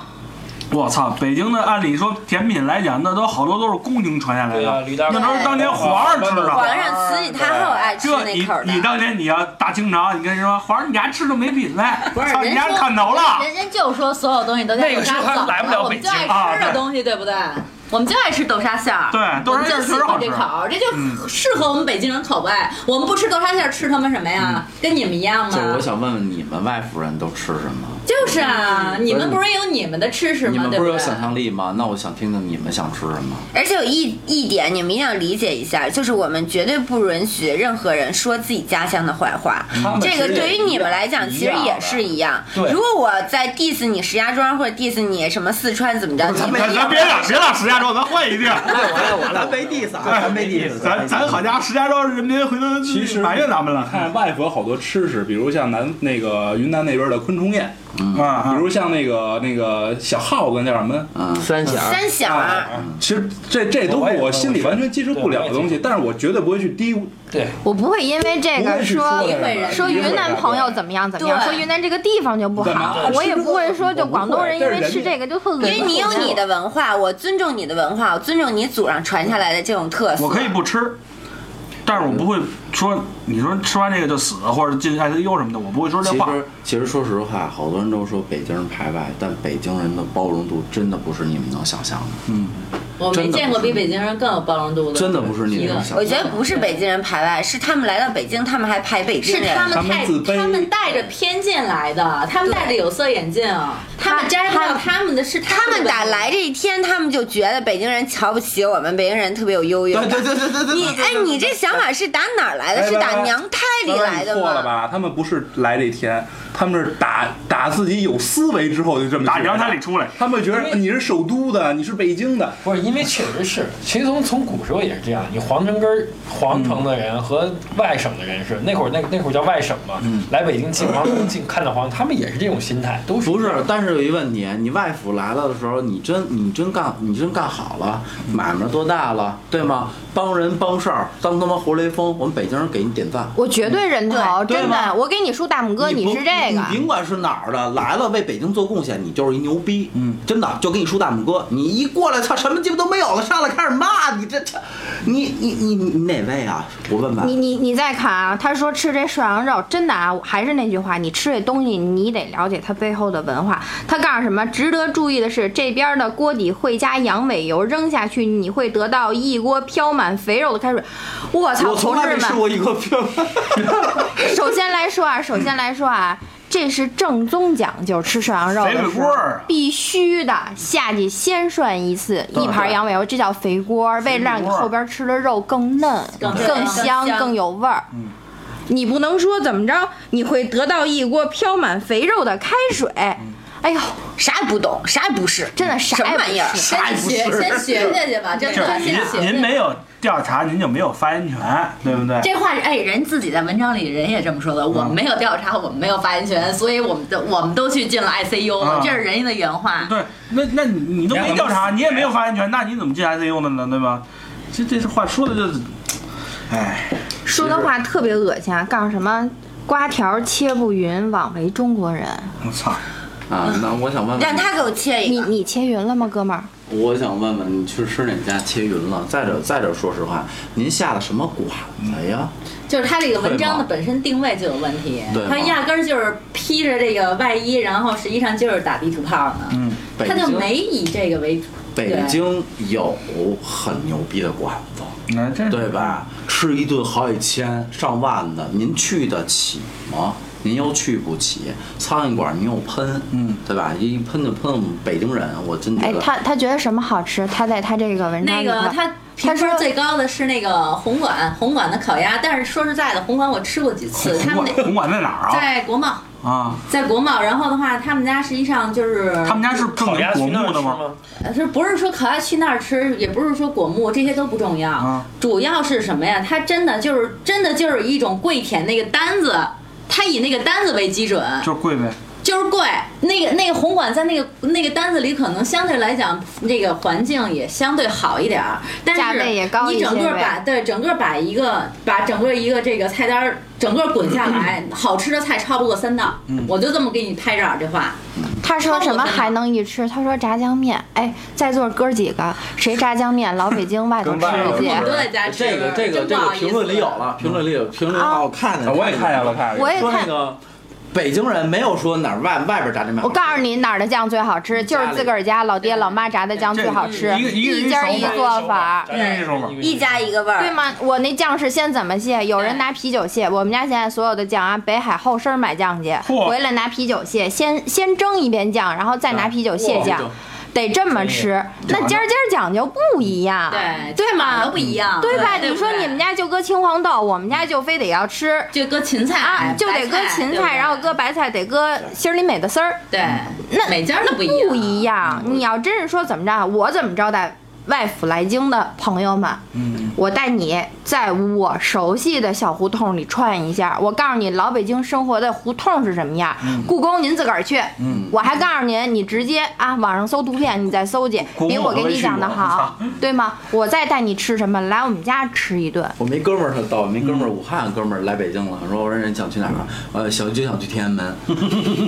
Speaker 6: 我操，北京的按理说甜品来讲，那都好多都是宫廷传下来
Speaker 9: 对呀，
Speaker 3: 啊
Speaker 6: 的，
Speaker 9: 驴大
Speaker 6: 那都是当
Speaker 3: 哎
Speaker 6: 年皇上吃的。
Speaker 2: 皇上慈禧太后爱吃
Speaker 6: 这
Speaker 2: 那
Speaker 6: 你
Speaker 2: 口儿
Speaker 6: 你
Speaker 2: 的，
Speaker 6: 当年你要大清朝，你跟人说皇上你家吃的没品位，
Speaker 4: 不是
Speaker 6: 操你
Speaker 4: 人
Speaker 6: 家
Speaker 4: 说
Speaker 6: 砍头了。
Speaker 4: 人家就说所有东西都在
Speaker 9: 那
Speaker 4: 豆
Speaker 9: 个时
Speaker 4: 沙
Speaker 9: 候还
Speaker 4: 枣，
Speaker 9: 来不了
Speaker 4: 我
Speaker 9: 北
Speaker 4: 们就
Speaker 9: 京
Speaker 4: 爱
Speaker 6: 啊
Speaker 4: 吃的
Speaker 6: 对
Speaker 4: 东西，对不对？我们就爱吃豆沙馅儿，
Speaker 6: 对豆
Speaker 4: 我
Speaker 6: 沙
Speaker 4: 们
Speaker 6: 馅
Speaker 4: 就
Speaker 6: 儿确
Speaker 4: 喜
Speaker 6: 实好
Speaker 4: 欢
Speaker 6: 吃嗯
Speaker 4: 这口儿，这就适合我们北京人口味。我们不吃豆沙馅儿，吃他们什么
Speaker 6: 嗯
Speaker 4: 呀？跟你们一样吗？
Speaker 1: 就是我想问问你们外府人都吃什么？
Speaker 4: 就是啊，
Speaker 6: 嗯
Speaker 4: 你们
Speaker 1: 不是
Speaker 4: 不是有你们的吃食
Speaker 1: 嗯你
Speaker 4: 吗？
Speaker 1: 们
Speaker 4: 对
Speaker 1: 不是
Speaker 4: 对
Speaker 1: 有？想象力吗？那我想听听你们想吃什么。
Speaker 2: 而且有一一点你们一定要理解一下，就是我们绝对不允许任何人说自己家乡的坏话。这个对于你们来讲，其实也是一样。如果我在 diss 你石家庄或者 diss 你什么四川怎么着，你们
Speaker 6: 咱咱别嚷，别嚷石家庄，咱换一地儿。
Speaker 1: 咱没 diss 啊，
Speaker 6: 哎
Speaker 1: 咱没 diss，
Speaker 6: (laughs) 咱咱好家伙，石家庄人民回头
Speaker 3: 其实
Speaker 6: 埋怨咱们了。
Speaker 3: 看外国好多吃食，比如像南那个云南那边的昆虫宴，
Speaker 6: 啊啊
Speaker 3: 比！如像那个那个小耗子那叫什么？啊
Speaker 1: 嗯，
Speaker 8: 三响
Speaker 2: 三响
Speaker 4: 哎
Speaker 2: 儿。
Speaker 3: 其实这这都是啊我心里完全接受不了的东西，但是我绝对不会去低估，
Speaker 9: 对，
Speaker 5: 我不会因为这
Speaker 3: 不
Speaker 5: 个
Speaker 3: 会去
Speaker 5: 说
Speaker 3: 这
Speaker 2: 诋毁
Speaker 3: 个
Speaker 2: 人
Speaker 5: 说云南朋友怎么样怎么样，
Speaker 2: 对
Speaker 5: 说云南这个地方就不
Speaker 3: 干嘛
Speaker 5: 好，我也不会说就广东人因为吃这个就特恶
Speaker 2: 因
Speaker 5: 心。
Speaker 2: 为你有你的文化，我尊重你的文化，我尊重你祖上传下来的这种特色。
Speaker 6: 我可以不吃，但是我不会说你说吃完这个就死或者进 ICU 什么的，我不会说这
Speaker 1: 其
Speaker 6: 话。
Speaker 1: 实其实说实话，好多人都说北京人排外，但北京人的包容度真的不是你们能想象的，
Speaker 4: 我没见过比北京人更有包容度的，
Speaker 1: 真的不是你
Speaker 4: 一
Speaker 1: 们
Speaker 4: 个
Speaker 1: 能想象
Speaker 2: 我
Speaker 1: 的。
Speaker 2: 觉得不是北京人排外，是他们来到北京，他们还排北京
Speaker 4: 是
Speaker 2: 人。
Speaker 4: 他们
Speaker 3: 他
Speaker 4: 太
Speaker 3: 们自卑
Speaker 4: 他们带着偏见来的，他们戴着有色眼镜，他们摘不掉他们的是
Speaker 2: 他们
Speaker 4: 的
Speaker 2: 打来这一天，他们就觉得北京人瞧不起我们，北京人特别有优越感。
Speaker 1: 对对对对
Speaker 2: 你哎，你这想法是打哪儿来的？
Speaker 3: 哎
Speaker 2: 是
Speaker 3: 拜拜
Speaker 2: 打娘胎里来的
Speaker 3: 你错了
Speaker 2: 吗？
Speaker 3: 吧？他们不是来这天，他们是打打自己有思维之后就这么
Speaker 6: 打
Speaker 3: 觉得
Speaker 6: 阳台里出来，
Speaker 3: 他们觉得你是首都的，你是北京的，
Speaker 9: 不是因为确实是，其实从从古时候也是这样，你皇城根儿皇城的人和外省的人是那会儿那那会儿叫外省嘛，来北京进皇宫进看到皇城，他们也是这种心态，都是
Speaker 1: 不是，但是有一问题，你外府来了的时候，你真你真干你真干好了，买卖多大了，对吗？帮人帮事儿，当他妈活雷锋，我们北京人给你点赞。
Speaker 5: 我绝对人头，
Speaker 1: 对
Speaker 5: 真
Speaker 1: 对吗
Speaker 5: 的，我给你竖大拇哥，
Speaker 1: 不
Speaker 5: 是这个
Speaker 1: 你，甭管是哪儿的，来了为北京做贡献，你就是一牛逼。嗯，真的，就给你竖大拇哥。你一过来，操，什么鸡巴都没有了，上来开始骂你，这这，你你你你哪位啊？我问
Speaker 5: 你
Speaker 1: 问。
Speaker 5: 你你再看啊，他说吃这涮羊肉，真的啊，我还是那句话，你吃这东西，你得了解它背后的文化。他告诉什么？值得注意的是，这边的锅底会加羊尾油，扔下去你会得到一锅飘满肥肉的开水。我操，
Speaker 1: 我从来
Speaker 5: 同
Speaker 1: 没
Speaker 5: 志
Speaker 1: 吃
Speaker 5: 们，
Speaker 1: 过一个票。
Speaker 5: 首先来说啊，首先来说啊，这是正宗讲究吃涮羊肉
Speaker 6: 肥
Speaker 5: 的
Speaker 6: 水
Speaker 5: 时
Speaker 6: 锅
Speaker 5: 候。
Speaker 6: 儿啊，
Speaker 5: 必须的，下去先涮一次一盘羊尾油，这叫肥锅，为了让你后边吃的肉更嫩、
Speaker 4: 更
Speaker 5: 更
Speaker 4: 香
Speaker 5: 香、更有味儿。你不能说怎么着，你会得到一锅飘满肥肉的开水。哎呦，
Speaker 2: 啥也不懂，啥也不是，
Speaker 5: 真的啥
Speaker 2: 什么
Speaker 5: 也不
Speaker 2: 玩意儿？
Speaker 5: 是
Speaker 4: 先学先学下去吧，真的先学
Speaker 6: 您您没有调查，您就没有发言权，对不对？
Speaker 4: 这话是哎，人自己在文章里人也这么说的。我们没有调查，我们没有发言权，所以我们都我们都去进了 ICU
Speaker 6: 啊
Speaker 4: 了，这是人家的原话。
Speaker 6: 对，那那你你都
Speaker 3: 你
Speaker 6: 没
Speaker 3: 还
Speaker 6: 调查，
Speaker 3: 能
Speaker 6: 你也没有发言权，那你怎么进 ICU 的呢？对吧？这这话说的就是，哎，
Speaker 5: 说的话特别恶心啊！告诉什么？瓜条切不匀，枉为中国人。
Speaker 6: 我操！
Speaker 1: 啊，那我想问问，
Speaker 2: 让他给我
Speaker 4: 哎
Speaker 2: 切一
Speaker 5: 你
Speaker 2: 个。
Speaker 5: 你切匀了吗，哥们儿？
Speaker 1: 我想问问，你去吃哪家切云了？再者再者，说实话，您下的什么馆子呀？
Speaker 4: 就是他这个文章
Speaker 1: 会
Speaker 4: 的
Speaker 1: 吗
Speaker 4: 本身定位就有问题
Speaker 1: 对，
Speaker 4: 他
Speaker 1: 吗
Speaker 4: 压根儿就是披着这个外衣，然后实际上就是打地图炮呢，嗯，
Speaker 1: 北
Speaker 4: 他就
Speaker 1: 京
Speaker 4: 没以这个为主。
Speaker 1: 北
Speaker 4: 对
Speaker 1: 京有很牛逼的馆子，
Speaker 3: 那
Speaker 4: 嗯
Speaker 3: 这
Speaker 1: 对吧？吃一顿好几千、上万的，您去得起吗？您又去不起，苍蝇馆您又喷，嗯，对吧？一喷就喷我们北京人，我真觉
Speaker 5: 哎，
Speaker 1: 得。
Speaker 5: 他他觉得什么好吃？他在他这个文章
Speaker 4: 那
Speaker 5: 里头，
Speaker 4: 个他评分最高的是那个红馆，红馆的烤鸭，但是说实在的，红馆我吃过几次，他
Speaker 6: 红
Speaker 4: 们
Speaker 6: 馆
Speaker 4: 那
Speaker 6: 红馆在哪儿啊？
Speaker 4: 在国贸，
Speaker 6: 啊，
Speaker 4: 在国贸，然后的话，他们家实际上就是
Speaker 6: 他们家是正
Speaker 9: 烤
Speaker 6: 经
Speaker 9: 鸭
Speaker 6: 果
Speaker 9: 去那
Speaker 6: 木
Speaker 9: 儿
Speaker 6: 的
Speaker 9: 吃
Speaker 6: 吗？
Speaker 9: 吗？
Speaker 4: 呃，是不是说烤鸭去那儿吃，也不是说果木，这些都不重要，
Speaker 6: 啊
Speaker 4: 主要是什么呀？它真的就是真的就是一种跪舔那个单子，它以那个单子为基准，
Speaker 6: 就是贵呗。
Speaker 4: 就是贵。那个那个红馆在那个那个单子里，可能相对来讲，那个环境也相对好一点儿，但是
Speaker 5: 价位也高一
Speaker 4: 你
Speaker 5: 些
Speaker 4: 整个
Speaker 5: 呗
Speaker 4: 把对整个把一个把整个一个这个菜单儿整个滚下
Speaker 6: (clears throat)
Speaker 4: 来，好吃的菜超不过三道，
Speaker 6: 嗯
Speaker 4: 我就这么给你拍照儿这话。
Speaker 5: 他说什么还能一吃？他说炸酱面。哎，在座哥儿几个谁炸酱面？老北京外头吃
Speaker 3: 跟外头
Speaker 5: 去
Speaker 3: 吃。
Speaker 4: 我都在家吃，
Speaker 1: 这个这个
Speaker 4: 真不
Speaker 1: 这个
Speaker 4: 好意思嗯
Speaker 1: 评论里有了，评论里有评论
Speaker 5: 啊
Speaker 1: 号，我看见了，
Speaker 3: 我也看见了，看见
Speaker 5: 我
Speaker 3: 了。
Speaker 5: 也
Speaker 1: 说那
Speaker 5: 看，
Speaker 1: 个北京人没有说哪儿外外边炸酱面好
Speaker 5: 我
Speaker 1: 吃，
Speaker 5: 告诉你哪儿的酱最好吃，就
Speaker 1: 家
Speaker 5: 是
Speaker 1: 里
Speaker 5: 自个儿家老爹老妈炸的酱
Speaker 6: 这
Speaker 5: 最好吃，
Speaker 6: 一个一个人
Speaker 5: 家儿一
Speaker 6: 手法
Speaker 5: 做法。
Speaker 9: 咱这种吧
Speaker 2: 一家一个味
Speaker 5: 对
Speaker 2: 儿，
Speaker 5: 吗？我那酱是先怎么卸？有人
Speaker 4: 对
Speaker 5: 拿啤酒卸，我们家现在所有的酱啊，北海后身买酱去，
Speaker 6: 嚯
Speaker 5: 回来拿啤酒卸，先先蒸一遍酱，然后再拿啤酒卸酱，得这么吃。那
Speaker 6: 讲究
Speaker 5: 尖儿尖儿讲究不一样，
Speaker 4: 对
Speaker 5: 对吗
Speaker 4: 都？不一样，
Speaker 5: 啊对吧？你
Speaker 4: 不
Speaker 5: 说
Speaker 4: 啊对
Speaker 5: 你们家就搁青黄豆，我们家就非得要吃
Speaker 4: 就搁芹菜
Speaker 5: 啊，就得搁
Speaker 4: 白
Speaker 5: 芹
Speaker 4: 对不对
Speaker 5: 菜，然后搁白菜，得搁心里美的丝儿，
Speaker 4: 对，
Speaker 5: 那
Speaker 4: 每家都不一样，
Speaker 5: 不一样。你要真是说怎么着，我怎么招待外府来京的朋友们？
Speaker 3: 嗯，
Speaker 5: 我带你在我熟悉的小胡同里串一下，我告诉你老北京生活的胡同是什么样。故宫您自个儿去，
Speaker 3: 嗯
Speaker 5: 我还告诉您，你直接啊网上搜图片，你再搜去，
Speaker 6: 故宫
Speaker 5: 比我给
Speaker 6: 我没
Speaker 5: 你
Speaker 6: 去
Speaker 5: 讲的
Speaker 6: 过
Speaker 5: 好，对吗？我再带你吃什么，来我们家吃一顿。
Speaker 1: 我没哥们儿他逗，没哥们儿武汉哥们儿来北京了，说我说人想去哪儿啊？呃，想就想去天安门。 (laughs)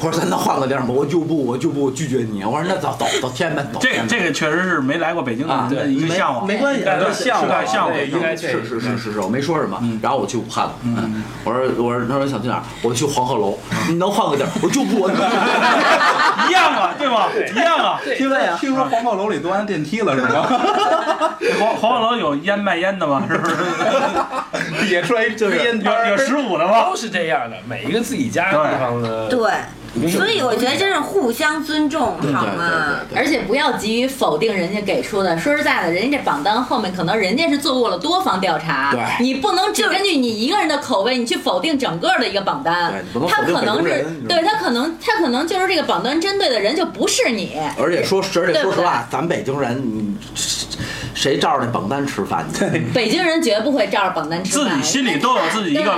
Speaker 1: 我说咱能换个地儿吗？我就不，我就不，我拒绝你。我说那走走走，天安门走。
Speaker 6: 这
Speaker 1: 天安门
Speaker 6: 这个确实是没来过北京
Speaker 1: 啊，
Speaker 6: 的，
Speaker 1: 没
Speaker 6: 一个向往。
Speaker 1: 没关系，啊
Speaker 9: 对
Speaker 1: 对
Speaker 9: 对
Speaker 6: 是吧向往
Speaker 1: 对
Speaker 9: 应该
Speaker 1: 是
Speaker 9: 这
Speaker 1: 是是是是是，我没说什么。然后我去武汉了，嗯，我说我说他说想去哪儿？我去黄鹤楼，你能换个地儿？我就不，我就不。
Speaker 6: 一样啊，对吧？一样啊。
Speaker 3: 听说听说黄鹤楼里都按电梯了是吗？
Speaker 6: 黄黄鹤楼有烟卖烟的吗？是不是？
Speaker 3: 也
Speaker 1: (laughs)
Speaker 3: 摔就是烟摊
Speaker 6: 有有
Speaker 3: 儿
Speaker 6: 十五的吗
Speaker 9: 都？是这样的，每一个自己家的地方的
Speaker 2: 对，所以我觉得这是互相尊重，
Speaker 1: 对
Speaker 2: 好
Speaker 1: 对
Speaker 2: 吗？
Speaker 1: 对对
Speaker 4: 而且不要急于否定人家给出的。说实在的，人家这榜单后面可能人家是做过了多方调查，
Speaker 1: 对
Speaker 4: 你不能只根据你一个人的口味，你去否定整个的一个榜单
Speaker 1: 对你不能。
Speaker 4: 他
Speaker 1: 否定
Speaker 4: 可能
Speaker 1: 每个
Speaker 4: 是
Speaker 1: 人，
Speaker 4: 对他可能他可能就是这个榜单针对的人就不是你。
Speaker 1: 而且说，而且
Speaker 4: 对
Speaker 1: 说
Speaker 4: 不
Speaker 1: 实
Speaker 4: 对
Speaker 1: 话，咱北京人，你谁照着那榜单吃饭去？
Speaker 4: 北京人绝不会照着榜单吃
Speaker 6: 自己
Speaker 4: 饭
Speaker 6: 心里都有自己一个
Speaker 4: 对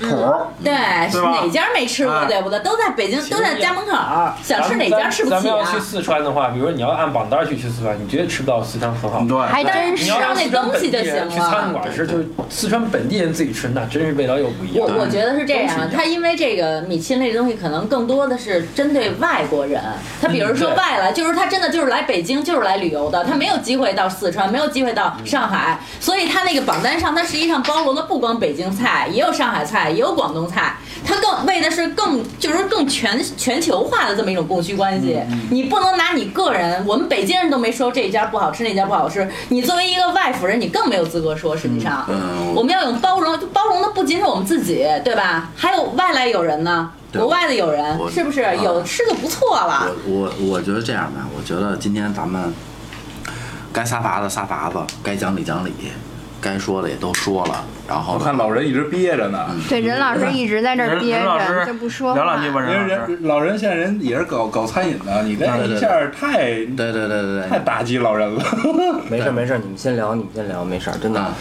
Speaker 4: 嗯
Speaker 6: 谱儿
Speaker 4: 对，
Speaker 6: 对吧
Speaker 4: 哪家没吃过，
Speaker 6: 哎
Speaker 4: 对不对？都在北京，都在家门口儿，想吃哪家吃不
Speaker 9: 咱
Speaker 4: 起
Speaker 9: 们要
Speaker 4: 啊？
Speaker 9: 去四川的话，比如说你要按榜单去去四川，你绝对吃不到四川很好。
Speaker 6: 对，
Speaker 5: 还真
Speaker 9: 你
Speaker 5: 是
Speaker 9: 要
Speaker 4: 吃到
Speaker 9: 让
Speaker 4: 那
Speaker 9: 四川
Speaker 4: 东西就
Speaker 9: 本地人
Speaker 4: 行
Speaker 9: 去
Speaker 4: 了
Speaker 9: 餐馆吃，就是四川本地人自己吃，那真是味道又不一样。
Speaker 4: 我我觉得是这
Speaker 9: 都是一
Speaker 4: 样
Speaker 9: 样，
Speaker 4: 它因为这个米其林类的东西，可能更多的是针对外国人。他比如说
Speaker 9: 嗯对
Speaker 4: 外来，就是他真的就是来北京，就是来旅游的，他没有机会到四川，没有机会到上海，所以他那个榜单上，它实际上包罗了不光北京菜，也有上海菜，也有广东菜，它更为的是更就是更全全球化的这么一种供需关系。
Speaker 1: 嗯
Speaker 4: 你不能拿你个人，我们北京人都没说这家不好吃，那家不好吃，你作为一个外府人，你更没有资格说。实际上，
Speaker 1: 嗯
Speaker 4: 我们要有包容，就包容的不仅是我们自己，对吧？还有外来友人呢，
Speaker 1: 对
Speaker 4: 国外的友人
Speaker 1: 我
Speaker 4: 是不是
Speaker 1: 啊
Speaker 4: 有吃就不错了？
Speaker 1: 我我我觉得这样吧，我觉得今天咱们该撒法子撒法子，该讲理讲理，该说的也都说了，然后
Speaker 3: 我看老人一直憋着呢。
Speaker 5: 对，任老师一直在这儿
Speaker 6: 任
Speaker 5: 憋
Speaker 6: 任老师
Speaker 5: 着，就不说
Speaker 6: 聊两
Speaker 5: 话。
Speaker 6: 句吧，
Speaker 3: 因为
Speaker 6: 任老师。
Speaker 3: 人老人现在人也是搞搞餐饮的，你这一下儿太
Speaker 1: 对对对对
Speaker 3: 太
Speaker 1: 对，
Speaker 3: 打击老人了。
Speaker 8: 没事儿没事儿，你们先聊，你们先聊，没事儿，真的。
Speaker 1: 啊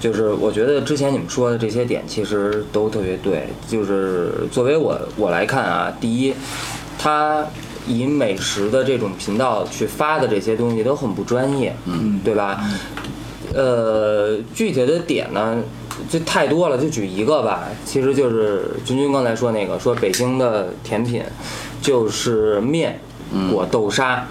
Speaker 8: 就是我觉得之前你们说的这些点其实都特别对。就是作为我我来看啊，第一，他以美食的这种频道去发的这些东西都很不专业，嗯，对吧？呃，具体的点呢，就太多了，就举一个吧。其实就是君君刚才说那个，说北京的甜品就是面裹豆沙。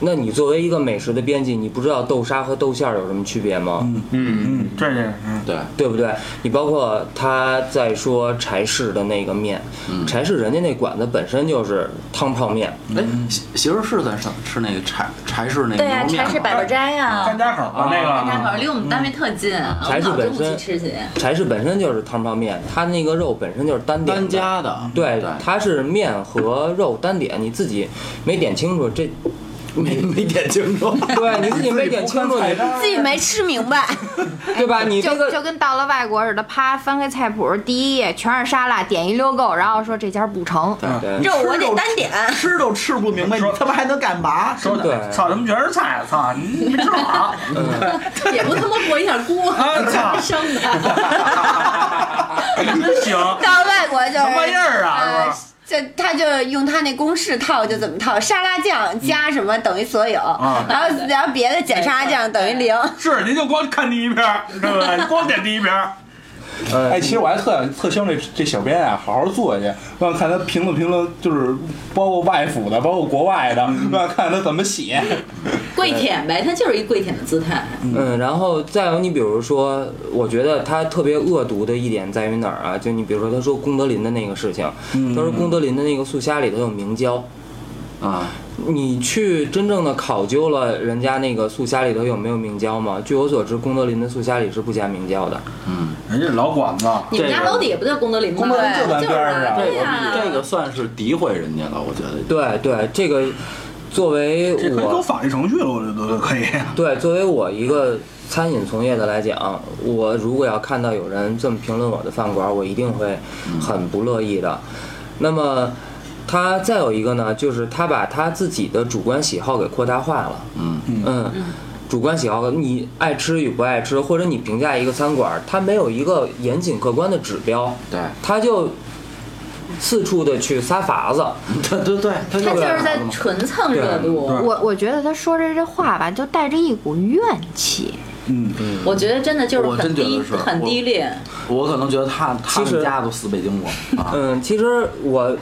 Speaker 8: 那你作为一个美食的编辑，你不知道豆沙和豆馅儿有什么区别吗？
Speaker 6: 嗯，这是嗯
Speaker 1: 对，
Speaker 8: 对不对？你包括他在说柴氏的那个面，柴氏人家那馆子本身就是汤泡面，
Speaker 1: 哎，媳媳妇儿是在上吃那个柴柴氏那个
Speaker 4: 对呀、
Speaker 1: 牛肉面
Speaker 4: 柴
Speaker 1: 吗
Speaker 4: 氏百味斋呀
Speaker 6: 张，家口吧啊那
Speaker 4: 张家
Speaker 6: 个，
Speaker 4: 口离我们单位特近，
Speaker 1: 嗯
Speaker 4: 我
Speaker 8: 柴
Speaker 4: 们
Speaker 8: 氏
Speaker 4: 老
Speaker 8: 本
Speaker 4: 中午去
Speaker 8: 身
Speaker 4: 吃去。
Speaker 8: 柴氏本身就是汤泡面，它那个肉本身就是单点的
Speaker 1: 单家的，
Speaker 8: 对
Speaker 1: 对，，
Speaker 8: 它是面和肉单点，你自己没点清楚这，
Speaker 1: 没没点清楚。 (laughs)
Speaker 8: 对你自己没点清楚，你
Speaker 2: 自己没吃明白，
Speaker 8: 对吧？你这
Speaker 5: 就就
Speaker 8: 个
Speaker 5: 跟到了外国似的，啪翻开菜谱，第一页全是沙拉，点一溜够，然后说这家不成。
Speaker 6: 嗯
Speaker 8: 对
Speaker 2: 这我得单点。
Speaker 1: 吃都吃不明白，你他妈还能干嘛？
Speaker 6: 说
Speaker 1: 真的
Speaker 8: 对
Speaker 6: 操他们全是菜，操你没吃饱，
Speaker 4: 也不他妈裹一
Speaker 1: (laughs)
Speaker 4: 点锅，
Speaker 6: 啊
Speaker 4: (laughs)
Speaker 6: 操，
Speaker 4: 生 (laughs) 的。
Speaker 6: 真行，
Speaker 2: 到外国就是
Speaker 6: 什么玩意儿啊
Speaker 4: 哎
Speaker 2: 呃
Speaker 6: 是
Speaker 2: 就他就用他那公式套就怎么套，沙拉酱加什么等于所有，然后然后别的减沙拉酱等于零。
Speaker 6: 是您就光看第一篇儿，对不对？光点第一篇儿，
Speaker 3: (laughs) 哎，其实我还特想特希望这这小编啊，好好做去，我想看他评论评论，就是包括外府的，包括国外的，我想看他怎么写。
Speaker 4: 跪舔呗，他就是一跪舔的姿态。
Speaker 8: 嗯，然后再有你比如说，我觉得他特别恶毒的一点在于哪儿啊？就你比如说，他说功德林的那个事情，他说功德林的那个素虾里头有明胶，
Speaker 1: 啊，
Speaker 8: 你去真正的考究了人家那个素虾里头有没有明胶吗？据我所知，功德林的素虾里是不加明胶的。
Speaker 6: 人家老馆子，
Speaker 4: 你们家
Speaker 1: 这个
Speaker 4: 楼底下不就功德林吗？
Speaker 3: 功德林就咱边儿啊上
Speaker 4: 对啊
Speaker 1: 这
Speaker 4: 呀，
Speaker 1: 个这个算是诋毁人家了，我觉得。
Speaker 8: 对对，这个作为
Speaker 6: 这可以走
Speaker 8: 我
Speaker 6: 法律程序了，我觉得都可以。
Speaker 8: 对作为我一个餐饮从业的来讲，我如果要看到有人这么评论我的饭馆，我一定会很不乐意的。那么。他再有一个呢，就是他把他自己的主观喜好给扩大化了。
Speaker 1: 嗯
Speaker 8: 嗯，主观喜好，你爱吃与不爱吃，或者你评价一个餐馆，它没有一个严谨客观的指标，
Speaker 1: 对，
Speaker 8: 他就四处的去撒法子。
Speaker 1: (laughs) 对对对，他
Speaker 4: 他
Speaker 1: 就
Speaker 4: 就是
Speaker 1: 是
Speaker 4: 在纯蹭热度。
Speaker 5: 我我觉得他说这这话吧，就带着一股怨气。
Speaker 4: 我觉得真的就是
Speaker 1: 我真
Speaker 4: 很
Speaker 1: 觉得
Speaker 4: 低
Speaker 1: 是
Speaker 4: 很低劣。
Speaker 1: (laughs) 我可能觉得他他
Speaker 8: 其实
Speaker 1: 们家都四倍经 (laughs) 过啊。
Speaker 8: 嗯，其实我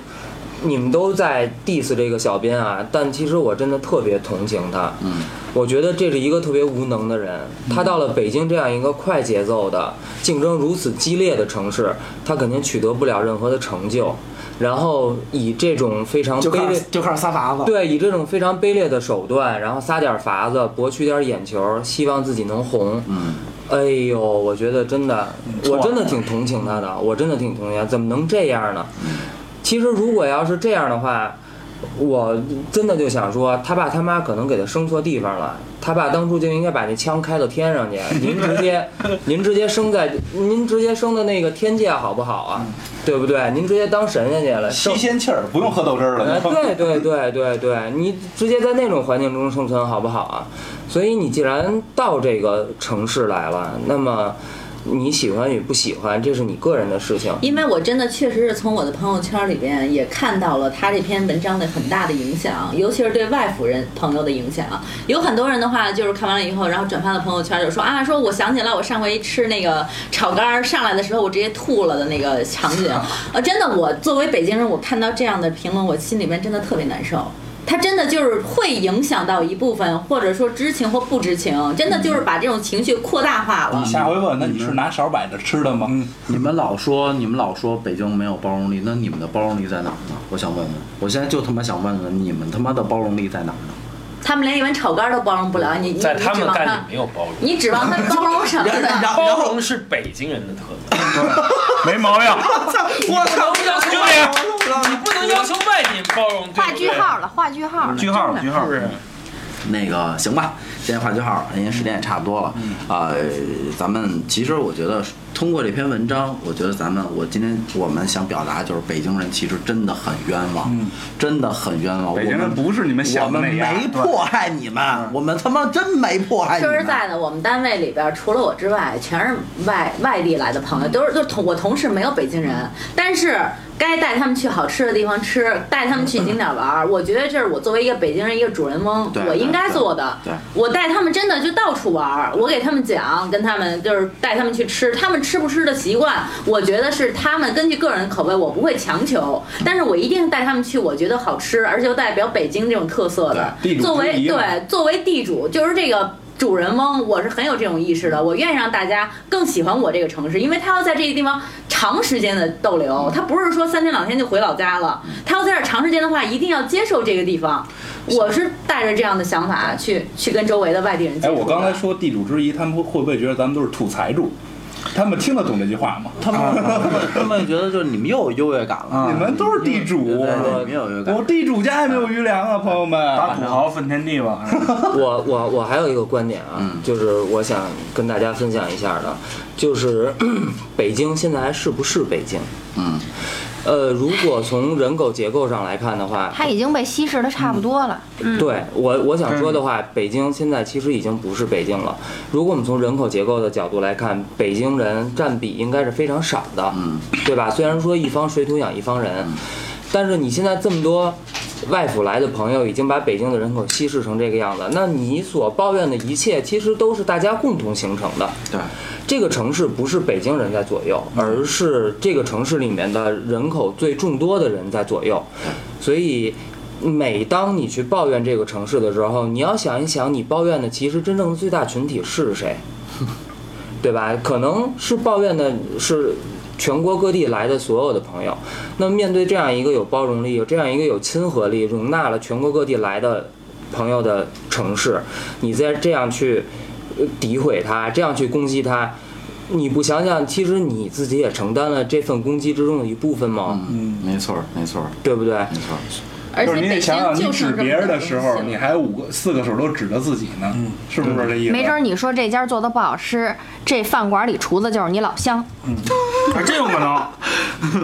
Speaker 8: 你们都在 diss 这个小编啊，但其实我真的特别同情他。
Speaker 1: 嗯，
Speaker 8: 我觉得这是一个特别无能的人。他到了北京这样一个快节奏的、竞争如此激烈的城市，他肯定取得不了任何的成就。然后以这种非常
Speaker 1: 就
Speaker 8: 卑
Speaker 1: 开
Speaker 8: 劣
Speaker 1: 始，就开始撒法子。
Speaker 8: 对，以这种非常卑劣的手段，然后撒点法子，博取点眼球，希望自己能红。
Speaker 1: 嗯，
Speaker 8: 哎呦，我觉得真的，
Speaker 6: 错
Speaker 8: 我
Speaker 6: 了
Speaker 8: 真的挺同情他的，我真的挺同情他，怎么能这样呢？
Speaker 6: 嗯
Speaker 8: 其实如果要是这样的话，我真的就想说，他爸他妈可能给他生错地方了。他爸当初就应该把那枪开到天上去，您直
Speaker 6: (laughs)
Speaker 8: 接，您直接升在，您直接升到那个天界好不好
Speaker 6: 嗯
Speaker 8: 啊？对不对？您直接当神仙去了，升
Speaker 3: 吸仙气儿，不用喝豆汁儿
Speaker 8: 哎
Speaker 3: (laughs) 了。
Speaker 8: 对对对对对，你直接在那种环境中生存好不好啊？所以你既然到这个城市来了，那么你喜欢与不喜欢，这是你个人的事情。
Speaker 4: 因为我真的确实是从我的朋友圈里边也看到了他这篇文章的很大的影响，尤其是对外府人朋友的影响。有很多人的话，就是看完了以后，然后转发到朋友圈，就说啊，说我想起来我上回吃那个炒肝儿上来的时候，我直接吐了的那个场
Speaker 9: (laughs)
Speaker 4: 景。呃，真的，我作为北京人，我看到这样的评论，我心里面真的特别难受。它真的就是会影响到一部分，或者说知情或不知情，真的就是把这种情绪扩大化了
Speaker 3: 你。
Speaker 9: 嗯
Speaker 3: 下回问，那你是拿勺摆着吃的吗？
Speaker 1: (laughs) 你们老说你们老说北京没有包容力，那你们的包容力在哪儿呢？我想问问，我现在就他妈想问问你们他妈的包容力在哪儿呢？
Speaker 4: 他们连一碗炒肝儿都包容不了，你你
Speaker 9: 在他
Speaker 4: 你指
Speaker 9: 们
Speaker 4: 望
Speaker 9: 那里没有包容，
Speaker 4: 你指望他
Speaker 1: (laughs)
Speaker 4: 包容什么呢？
Speaker 9: 包容是北京人的特色，
Speaker 6: 没毛病，
Speaker 1: 我操！
Speaker 9: 不要求
Speaker 6: 经
Speaker 9: 外
Speaker 6: 理，
Speaker 9: 你不能要求外地人包容，对
Speaker 5: 画
Speaker 9: 不
Speaker 5: 句
Speaker 9: 对
Speaker 5: 号了，画句号了，
Speaker 6: 句号
Speaker 5: 真的
Speaker 6: 句号
Speaker 9: 是不，是？
Speaker 1: 那个行吧，今天画句号了，因为时间也差不多了。啊，咱们其实我觉得通过这篇文章，我觉得咱们我今天我们想表达就是北京人其实真的很冤枉，真的很冤枉。
Speaker 3: 北京人
Speaker 1: 我们
Speaker 3: 不是你们
Speaker 1: 我
Speaker 3: 想的
Speaker 1: 们
Speaker 3: 那样。嗯
Speaker 1: 没迫害你们，我们他妈真没迫害你
Speaker 4: (laughs) 说
Speaker 1: 们。
Speaker 4: 实在的，我们单位里边除了我之外，全是外外地来的朋友，都是就是同我同事没有北京人，但是该带他们去好吃的地方吃，带他们去景点玩儿。我觉得这是我作为一个北京人一个主人翁
Speaker 1: 对，
Speaker 4: 我应该
Speaker 1: 对
Speaker 4: 做的。
Speaker 1: 对
Speaker 4: 我带他们真的就到处玩儿，我给他们讲，跟他们就是带他们去吃，他们吃不吃的习惯，我觉得是他们根据个人口味，我不会强求，但是我一定带他们去我觉得好吃，而且又代表北京这种特色的
Speaker 3: 对地。主
Speaker 4: 作
Speaker 3: 之
Speaker 4: 为
Speaker 3: 谊嘛
Speaker 4: 对，作为地主，就是这个。主人翁，我是很有这种意识的。我愿意让大家更喜欢我这个城市，因为他要在这个地方长时间的逗
Speaker 3: 嗯
Speaker 4: 留，他不是说三天两天就回老家了。他要在这儿长时间的话，一定要接受这个地方。我是带着这样的想法去去跟周围的外地人接
Speaker 3: 哎，
Speaker 4: 触的。
Speaker 3: 我刚才说地主之谊，他们会不会觉得咱们都是土财主？他们听得懂这句话吗？啊
Speaker 1: 他们他 (laughs) 们他们觉得就是你们又有优越感了，
Speaker 3: 嗯你们都是地主，
Speaker 1: 对对，你们有优越感
Speaker 3: 我。地主家也没有余粮啊，朋友
Speaker 6: 打
Speaker 3: 们。
Speaker 6: 土豪分田地
Speaker 3: (laughs)
Speaker 6: 吧，
Speaker 8: 我我我还有一个观点啊，
Speaker 3: 嗯
Speaker 8: 就是我想跟大家分享一下的，就是 (coughs) 北京现在还是不是北京？
Speaker 1: 嗯，
Speaker 8: 呃，如果从人口结构上来看的话，
Speaker 5: 它已经被稀释的差不多了。
Speaker 1: 嗯
Speaker 8: 对我我想说的话，北京现在其实已经不是北京了。如果我们从人口结构的角度来看，北京人占比应该是非常少的，
Speaker 1: 嗯
Speaker 8: 对吧？虽然说一方水土养一方人，但是你现在这么多外府来的朋友已经把北京的人口稀释成这个样子，那你所抱怨的一切其实都是大家共同形成的。
Speaker 1: 对，
Speaker 8: 这个城市不是北京人在左右，而是这个城市里面的人口最众多的人在左右。所以，每当你去抱怨这个城市的时候，你要想一想，你抱怨的其实真正的最大群体是谁，对吧？可能是抱怨的是。全国各地来的所有的朋友，那面对这样一个有包容力、有这样一个有亲和力、容纳了全国各地来的朋友的城市，你再这样去呃诋毁他，这样去攻击他，你不想想，其实你自己也承担了这份攻击之中的一部分吗？
Speaker 1: 嗯，没错儿没错儿
Speaker 8: 对不对？
Speaker 1: 没错儿。
Speaker 4: 而
Speaker 3: 就
Speaker 4: 且
Speaker 3: 是你得
Speaker 4: 北
Speaker 3: 想想，
Speaker 4: 京
Speaker 3: 你
Speaker 4: 就
Speaker 3: 指
Speaker 4: 剩这么
Speaker 3: 别人
Speaker 4: 多
Speaker 3: 的时候，
Speaker 4: 东西
Speaker 3: 你
Speaker 4: 了
Speaker 3: 还有五个四个手都指着自己呢，是不是这
Speaker 6: 嗯
Speaker 3: 意思？
Speaker 5: 没准儿你说这家做的不好吃，这饭馆里厨子就是你老乡。
Speaker 6: 还真有可能，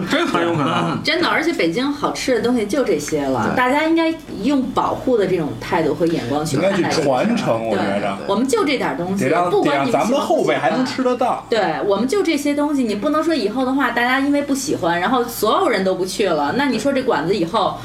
Speaker 6: 真很有可能。
Speaker 4: 真的，而且北京好吃的东西就这些了，
Speaker 1: 对
Speaker 4: 大家应该用保护的这种态度和眼光去
Speaker 3: 应该
Speaker 4: 看
Speaker 3: 去
Speaker 4: 待这个
Speaker 3: 传
Speaker 4: 事儿
Speaker 3: 承我
Speaker 4: 对
Speaker 3: 觉着
Speaker 4: 我们就这点东西
Speaker 3: 得，让
Speaker 4: 不
Speaker 3: 得
Speaker 4: 管
Speaker 3: 让
Speaker 4: 你
Speaker 3: 咱们的
Speaker 4: 喜不
Speaker 3: 后辈
Speaker 4: 喜
Speaker 3: 还
Speaker 4: 欢
Speaker 3: 能吃得到。
Speaker 4: 对我们就这些东西，你不能说以后的话，大家因为不喜欢，然后所有人都不去了。那你说这馆子以后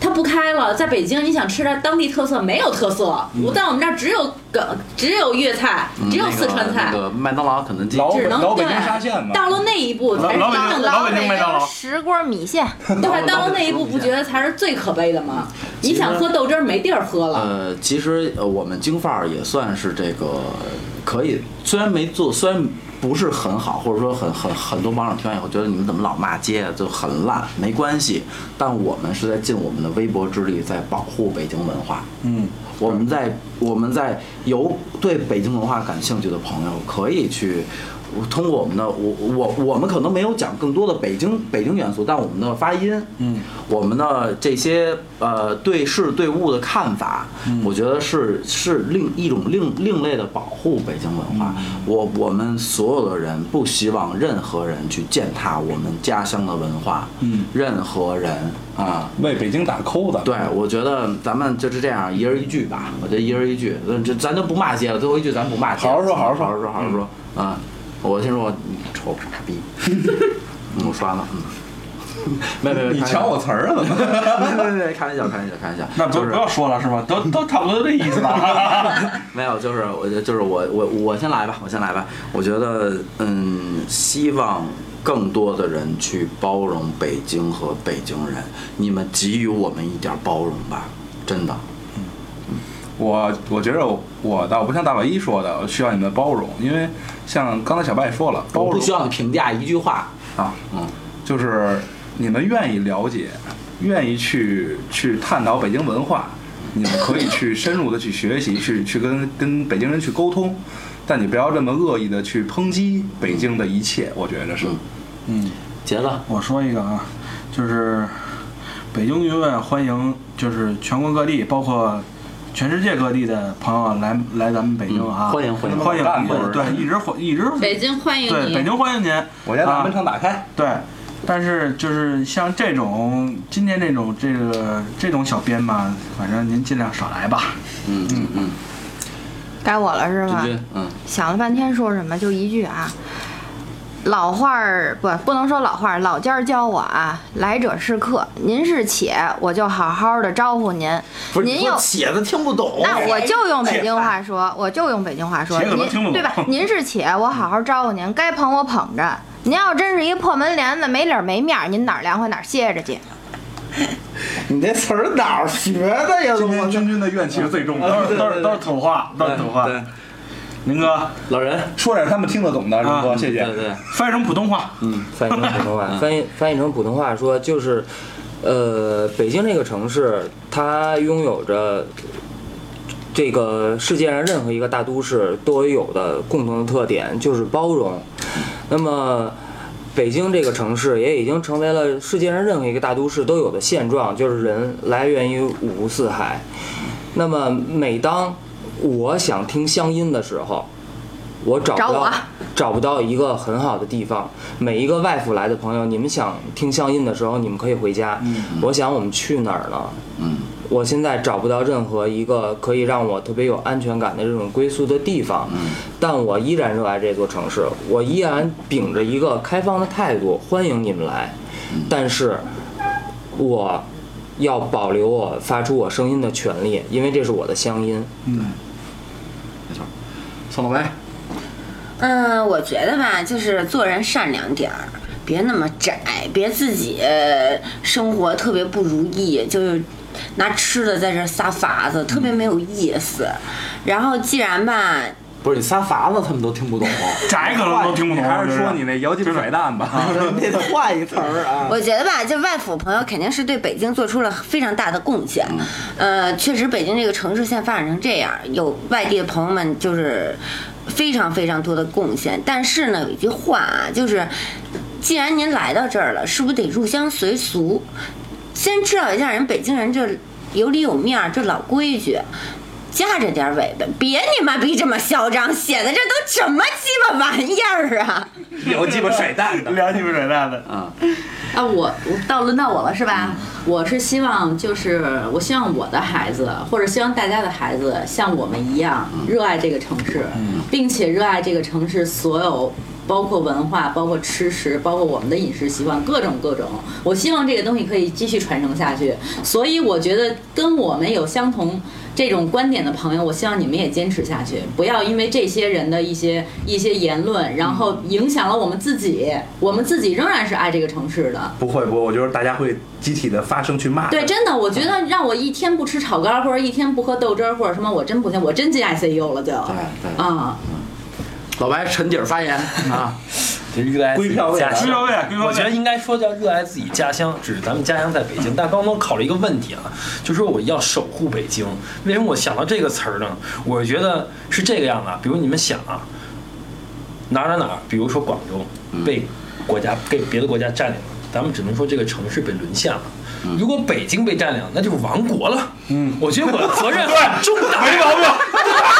Speaker 4: 它不开了，在北京你想吃点当地特色没有特色，我
Speaker 3: 嗯
Speaker 4: 在我们这儿只有梗，只有粤菜，只有四川菜
Speaker 1: 那，个麦当劳、肯德基，
Speaker 3: 老
Speaker 4: 只
Speaker 3: 北
Speaker 4: 能
Speaker 3: 老北
Speaker 4: 对
Speaker 3: 京沙县嘛，
Speaker 4: 到了那一步才是
Speaker 6: 老北
Speaker 4: 正
Speaker 6: 京
Speaker 4: 的。
Speaker 6: 老北京麦当劳
Speaker 5: 石锅米线，
Speaker 4: 对，到了那一步不觉得才是最可悲的吗？你想喝豆汁儿没地儿喝
Speaker 3: 嗯
Speaker 4: 了，
Speaker 1: 呃，其实呃，我们京范儿也算是这个可以，虽然没做，虽然不是很好，或者说很很很多网友听完以后觉得你们怎么老骂街啊，就很烂，没关系。但我们是在尽我们的微薄之力，在保护北京文化。
Speaker 3: 嗯，
Speaker 1: 我们在我们在有对北京文化感兴趣的朋友，可以去通过我们的我我我们可能没有讲更多的北京北京元素，但我们的发音，嗯，我们的这些呃对事对物的看法，我觉得是是另一种另另类的保护北京文化。我我们所有的人不希望任何人去践踏我们家乡的文化，
Speaker 3: 嗯，
Speaker 1: 任何人啊。
Speaker 3: 为北京打 call 的。
Speaker 1: 对，我觉得咱们就是这样，一人一句吧。我觉得一人一句，那这咱就不骂街了。最后一句咱不骂街了，
Speaker 3: 好好说好好说嗯
Speaker 1: 好好说，好好说。啊，我先说，你臭傻
Speaker 3: (laughs)
Speaker 1: 逼，嗯我说完了，嗯，没有没有，
Speaker 3: 你
Speaker 1: 开玩
Speaker 3: 抢我词儿了吗？
Speaker 1: 笑，没没没，开玩笑，开玩笑，开玩笑。
Speaker 6: 那不
Speaker 1: 就是
Speaker 6: 不要说了是吧？都都差不多这意思
Speaker 3: (laughs)
Speaker 6: 吧。
Speaker 1: 没有，就是我觉得就是我我我先来吧，我先来吧。我觉得嗯，希望更多的人去包容北京和北京人，你们给予我们一点包容吧，真的。
Speaker 3: (laughs) 我我觉着我倒不像大老一说的，我需要你们的包容，因为像刚才小白也说了，包
Speaker 1: 我
Speaker 3: 容
Speaker 1: 不需要你评价一句话，
Speaker 3: 啊，
Speaker 1: 嗯，
Speaker 3: 就是你们愿意了解，愿意去去探讨北京文化，你们可以去深入的去学习，去去跟跟北京人去沟通，但你不要这么恶意的去抨击北京的一切，我觉着是。
Speaker 1: 嗯
Speaker 6: 嗯，
Speaker 1: 杰子，
Speaker 6: 我说一个啊，就是北京云问欢迎，就是全国各地，包括全世界各地的朋友来来咱们北京啊，
Speaker 1: 嗯欢迎欢迎
Speaker 6: 欢迎
Speaker 3: 干
Speaker 6: 欢
Speaker 3: 部
Speaker 6: 迎，对，一直欢一直
Speaker 4: 北京欢迎
Speaker 6: 对
Speaker 4: 你。
Speaker 6: 北京欢迎您，
Speaker 3: 我家大
Speaker 6: 啊
Speaker 3: 门常打开，
Speaker 6: 对，但是就是像这种今天这种这个这种小编吧，反正您尽量少来吧。
Speaker 1: 嗯嗯嗯，
Speaker 5: 该我了是吧？
Speaker 1: 君君，嗯，
Speaker 5: 想了半天说什么，就一句啊，老话儿不不能说老话儿，老家儿教我啊，来者是客，您是且，我就好好的招呼您。
Speaker 1: 不是
Speaker 5: 您
Speaker 1: 你说
Speaker 5: 有
Speaker 1: 且的听不懂，哎
Speaker 5: 那我就用北京话说，我就用北京话说，
Speaker 6: 且可能
Speaker 5: 您
Speaker 6: 听不懂
Speaker 5: 对吧？您是且，我好好招呼您，该捧我捧着。您要真是一破门帘子，没理儿没面儿，您哪儿凉快哪儿歇着去。
Speaker 1: 你这词儿哪儿学的呀？
Speaker 3: 今天
Speaker 1: 我
Speaker 3: 君君的怨气是最重的。
Speaker 6: 都是都是都是土话，都是土话。
Speaker 1: 对，
Speaker 6: 明哥
Speaker 1: 老人，
Speaker 3: 说点他们听得懂的，林哥，
Speaker 6: 啊
Speaker 3: 谢
Speaker 1: 对
Speaker 3: 谢。
Speaker 1: 对，
Speaker 6: 翻译成普通话，
Speaker 8: 翻译成普通话，翻译翻译成普通话说就是，呃，北京这个城市，它拥有着这个世界上任何一个大都市都会有的共同的特点，就是包容。那么。北京这个城市也已经成为了世界上任何一个大都市都有的现状，就是人来源于五湖四海。那么，每当我想听乡音的时候，我找不
Speaker 5: 找
Speaker 8: 到
Speaker 5: 我
Speaker 8: 找不到一个很好的地方。每一个外府来的朋友，你们想听乡音的时候，你们可以回家。我想我们去哪儿呢？
Speaker 1: 嗯，
Speaker 8: 我现在找不到任何一个可以让我特别有安全感的这种归宿的地方，但我依然热爱这座城市，我依然秉着一个开放的态度欢迎你们来，
Speaker 1: 嗯
Speaker 8: 但是我要保留我发出我声音的权利，因为这是我的乡音。
Speaker 1: 宋老白，
Speaker 2: 嗯，我觉得吧，就是做人善良点儿，别那么窄，别自己呃生活特别不如意，就是拿吃的在这儿撒法子，特别没有意思。然后既然吧，
Speaker 1: 不是你仨法子他们都听不懂，
Speaker 6: 宅可能
Speaker 1: (laughs)
Speaker 6: 都听不
Speaker 3: 你
Speaker 6: 懂。
Speaker 3: 还是说
Speaker 6: 真
Speaker 3: 你那摇金甩蛋吧？
Speaker 1: 你得换一词儿啊。
Speaker 2: 我觉得吧，这外府朋友肯定是对北京做出了非常大的贡献。呃，确实，北京这个城市现在发展成这样，有外地的朋友们就是非常非常多的贡献。但是呢，有一句话啊，就是既然您来到这儿了，是不是得入乡随俗？先知道一下人北京人这有里有面儿，这老规矩。架着点尾巴，别你妈逼这么嚣张，写的这都什么鸡巴玩意儿啊！
Speaker 3: 摇鸡巴甩蛋的。
Speaker 6: 聊你们水蛋的，
Speaker 4: 啊，我我到轮到我了是吧？我是希望就是我希望我的孩子，或者希望大家的孩子像我们一样热爱这个城市，并且热爱这个城市所有。包括文化，包括吃食，包括我们的饮食习惯，各种各种。我希望这个东西可以继续传承下去。所以我觉得跟我们有相同这种观点的朋友，我希望你们也坚持下去，不要因为这些人的一些一些言论，然后影响了我们自己。我们自己仍然是爱这个城市的，
Speaker 3: 不会不会，我觉得大家会集体的发声去骂。
Speaker 4: 对，真的，我觉得让我一天不吃炒肝儿，或者一天不喝豆汁儿，或者什么，我真不行，我真进 ICU 了就。
Speaker 1: 对
Speaker 4: 啊，
Speaker 1: 老白沉底儿发言啊，
Speaker 9: 就热爱自己
Speaker 3: 归票位
Speaker 9: 的家
Speaker 6: 归
Speaker 9: 乡
Speaker 6: 票。位，归票
Speaker 9: 我觉得
Speaker 6: 位。
Speaker 9: 应该说叫热爱自己家乡，只是咱们家乡在北京。但刚刚考虑一个问题啊，就是说我要守护北京。为什么我想到这个词儿呢？我觉得是这个样的啊。比如你们想啊，哪儿哪儿哪儿，比如说广州被国家被别的国家占领了，咱们只能说这个城市被沦陷了。如果北京被占领，那就是亡国了。嗯，我觉得我的责任很重大，没毛病。 (laughs)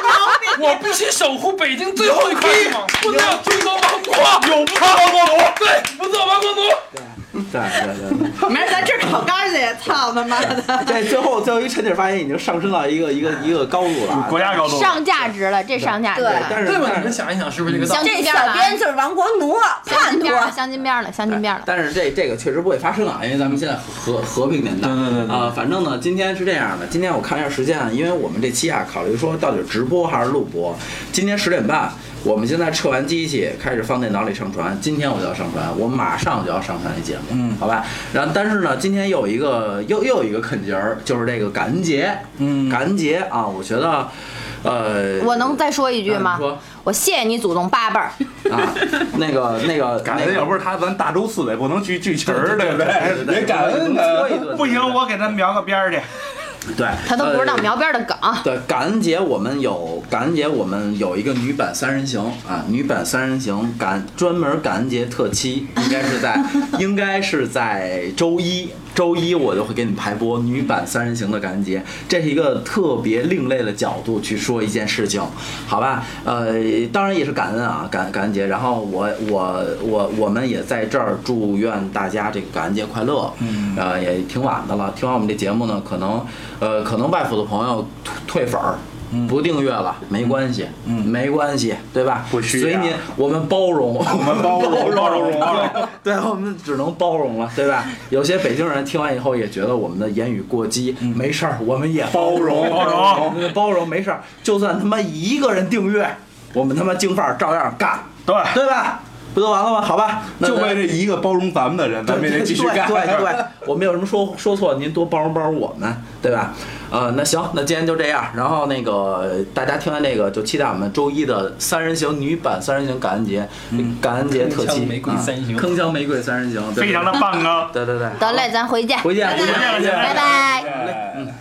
Speaker 9: 我必须守护北京最后一块地方，不能让中国亡国，永不做亡国奴。对，不做亡国奴。
Speaker 1: 对对对。
Speaker 2: 明儿咱吃炒肝去，操他妈的！
Speaker 1: 这最后最后一沉底儿发言已经上升到一个一个一个高度了啊，
Speaker 6: 国家高度。
Speaker 5: 上价值了，这上价值
Speaker 2: 对
Speaker 5: 了。
Speaker 1: 但是
Speaker 9: 对吧？
Speaker 1: 但
Speaker 9: 你
Speaker 1: 是
Speaker 9: 们想一想，是不是这个道
Speaker 5: 想
Speaker 9: 理？
Speaker 2: 这小编就是亡国奴，叛
Speaker 5: 镶金
Speaker 2: 徒
Speaker 5: 边。了，镶金边了，镶金边了。
Speaker 1: 但是这这个确实不会发生啊，因为咱们现在和和平年代，
Speaker 6: 对对对对
Speaker 1: 啊、反正呢，今天是这样的，今天我看一下时间啊，因为我们这期啊，考虑说到底是直播还是录播，今天十点半，我们现在撤完机器，开始放电脑里上传，今天我就要上传，我马上就要上传这节目，嗯，好吧，然后但是呢，今天又有一个又又有一个啃节儿，就是这个感恩节，嗯，感恩节啊，我觉得，呃，
Speaker 5: 我能再说一句
Speaker 1: 啊
Speaker 5: 吗
Speaker 1: 你说？
Speaker 5: 我谢谢你祖宗八辈儿。
Speaker 1: 啊，那个那个
Speaker 3: 感
Speaker 1: 那
Speaker 3: 恩
Speaker 1: 个
Speaker 3: 要不是他，咱大周四也不能聚聚群儿，
Speaker 1: 对
Speaker 3: 不
Speaker 1: 对对对对
Speaker 3: 对？也感恩
Speaker 1: 搓一
Speaker 3: 呢。
Speaker 1: 顿
Speaker 6: 不行，我给他们描个边儿去。
Speaker 1: 对，
Speaker 5: 他都不知道
Speaker 1: 呃
Speaker 5: 描边的梗。
Speaker 1: 对，感恩节我们有感恩节，我们有一个女版三人行啊，女版三人行感专门感恩节特期，应该是
Speaker 5: (laughs)
Speaker 1: 在应该是在周一，周一我就会给你排播女版三人行的感恩节，这是一个特别另类的角度去说一件事情，好吧？呃，当然也是感恩啊，感感恩节。然后我我我我们也在这儿祝愿大家这个感恩节快乐，嗯，呃，也挺晚的了，听完我们这节目呢，可能呃可能外府的朋友退退粉儿。
Speaker 3: 嗯
Speaker 1: 不订阅了没关系，嗯，没关系，对吧？
Speaker 3: 不需要
Speaker 1: 随您，我们包容，我
Speaker 3: 我们包容包容包容，
Speaker 1: 对，我们只能包容了，对吧？有些北京人听完以后也觉得我们的言语过激，没事儿，我们也嗯包容，包容，包容，没事儿，就算他妈一个人订阅，我们他妈京范儿照样干，
Speaker 6: 对
Speaker 1: 对吧？不就完了吗？好吧，那
Speaker 3: 就
Speaker 1: 咱
Speaker 3: 为这一个包容咱们的人，咱们也得继续干。
Speaker 1: 对对对，我们有什么说说错，您多包容包容我们，对吧？呃，那行，那今天就这样。然后那个大家听完这个，就期待我们周一的三人行女版三人行感恩节，感恩节特辑，
Speaker 7: 嗯铿锵玫瑰三人行
Speaker 1: 啊铿锵玫瑰三人行，对
Speaker 6: 非常的，棒啊！
Speaker 1: 对对对，
Speaker 5: 得嘞，咱回见，
Speaker 1: 回见，回见，
Speaker 6: 见
Speaker 1: 回见，
Speaker 5: 拜拜。
Speaker 1: 嗯
Speaker 3: 对。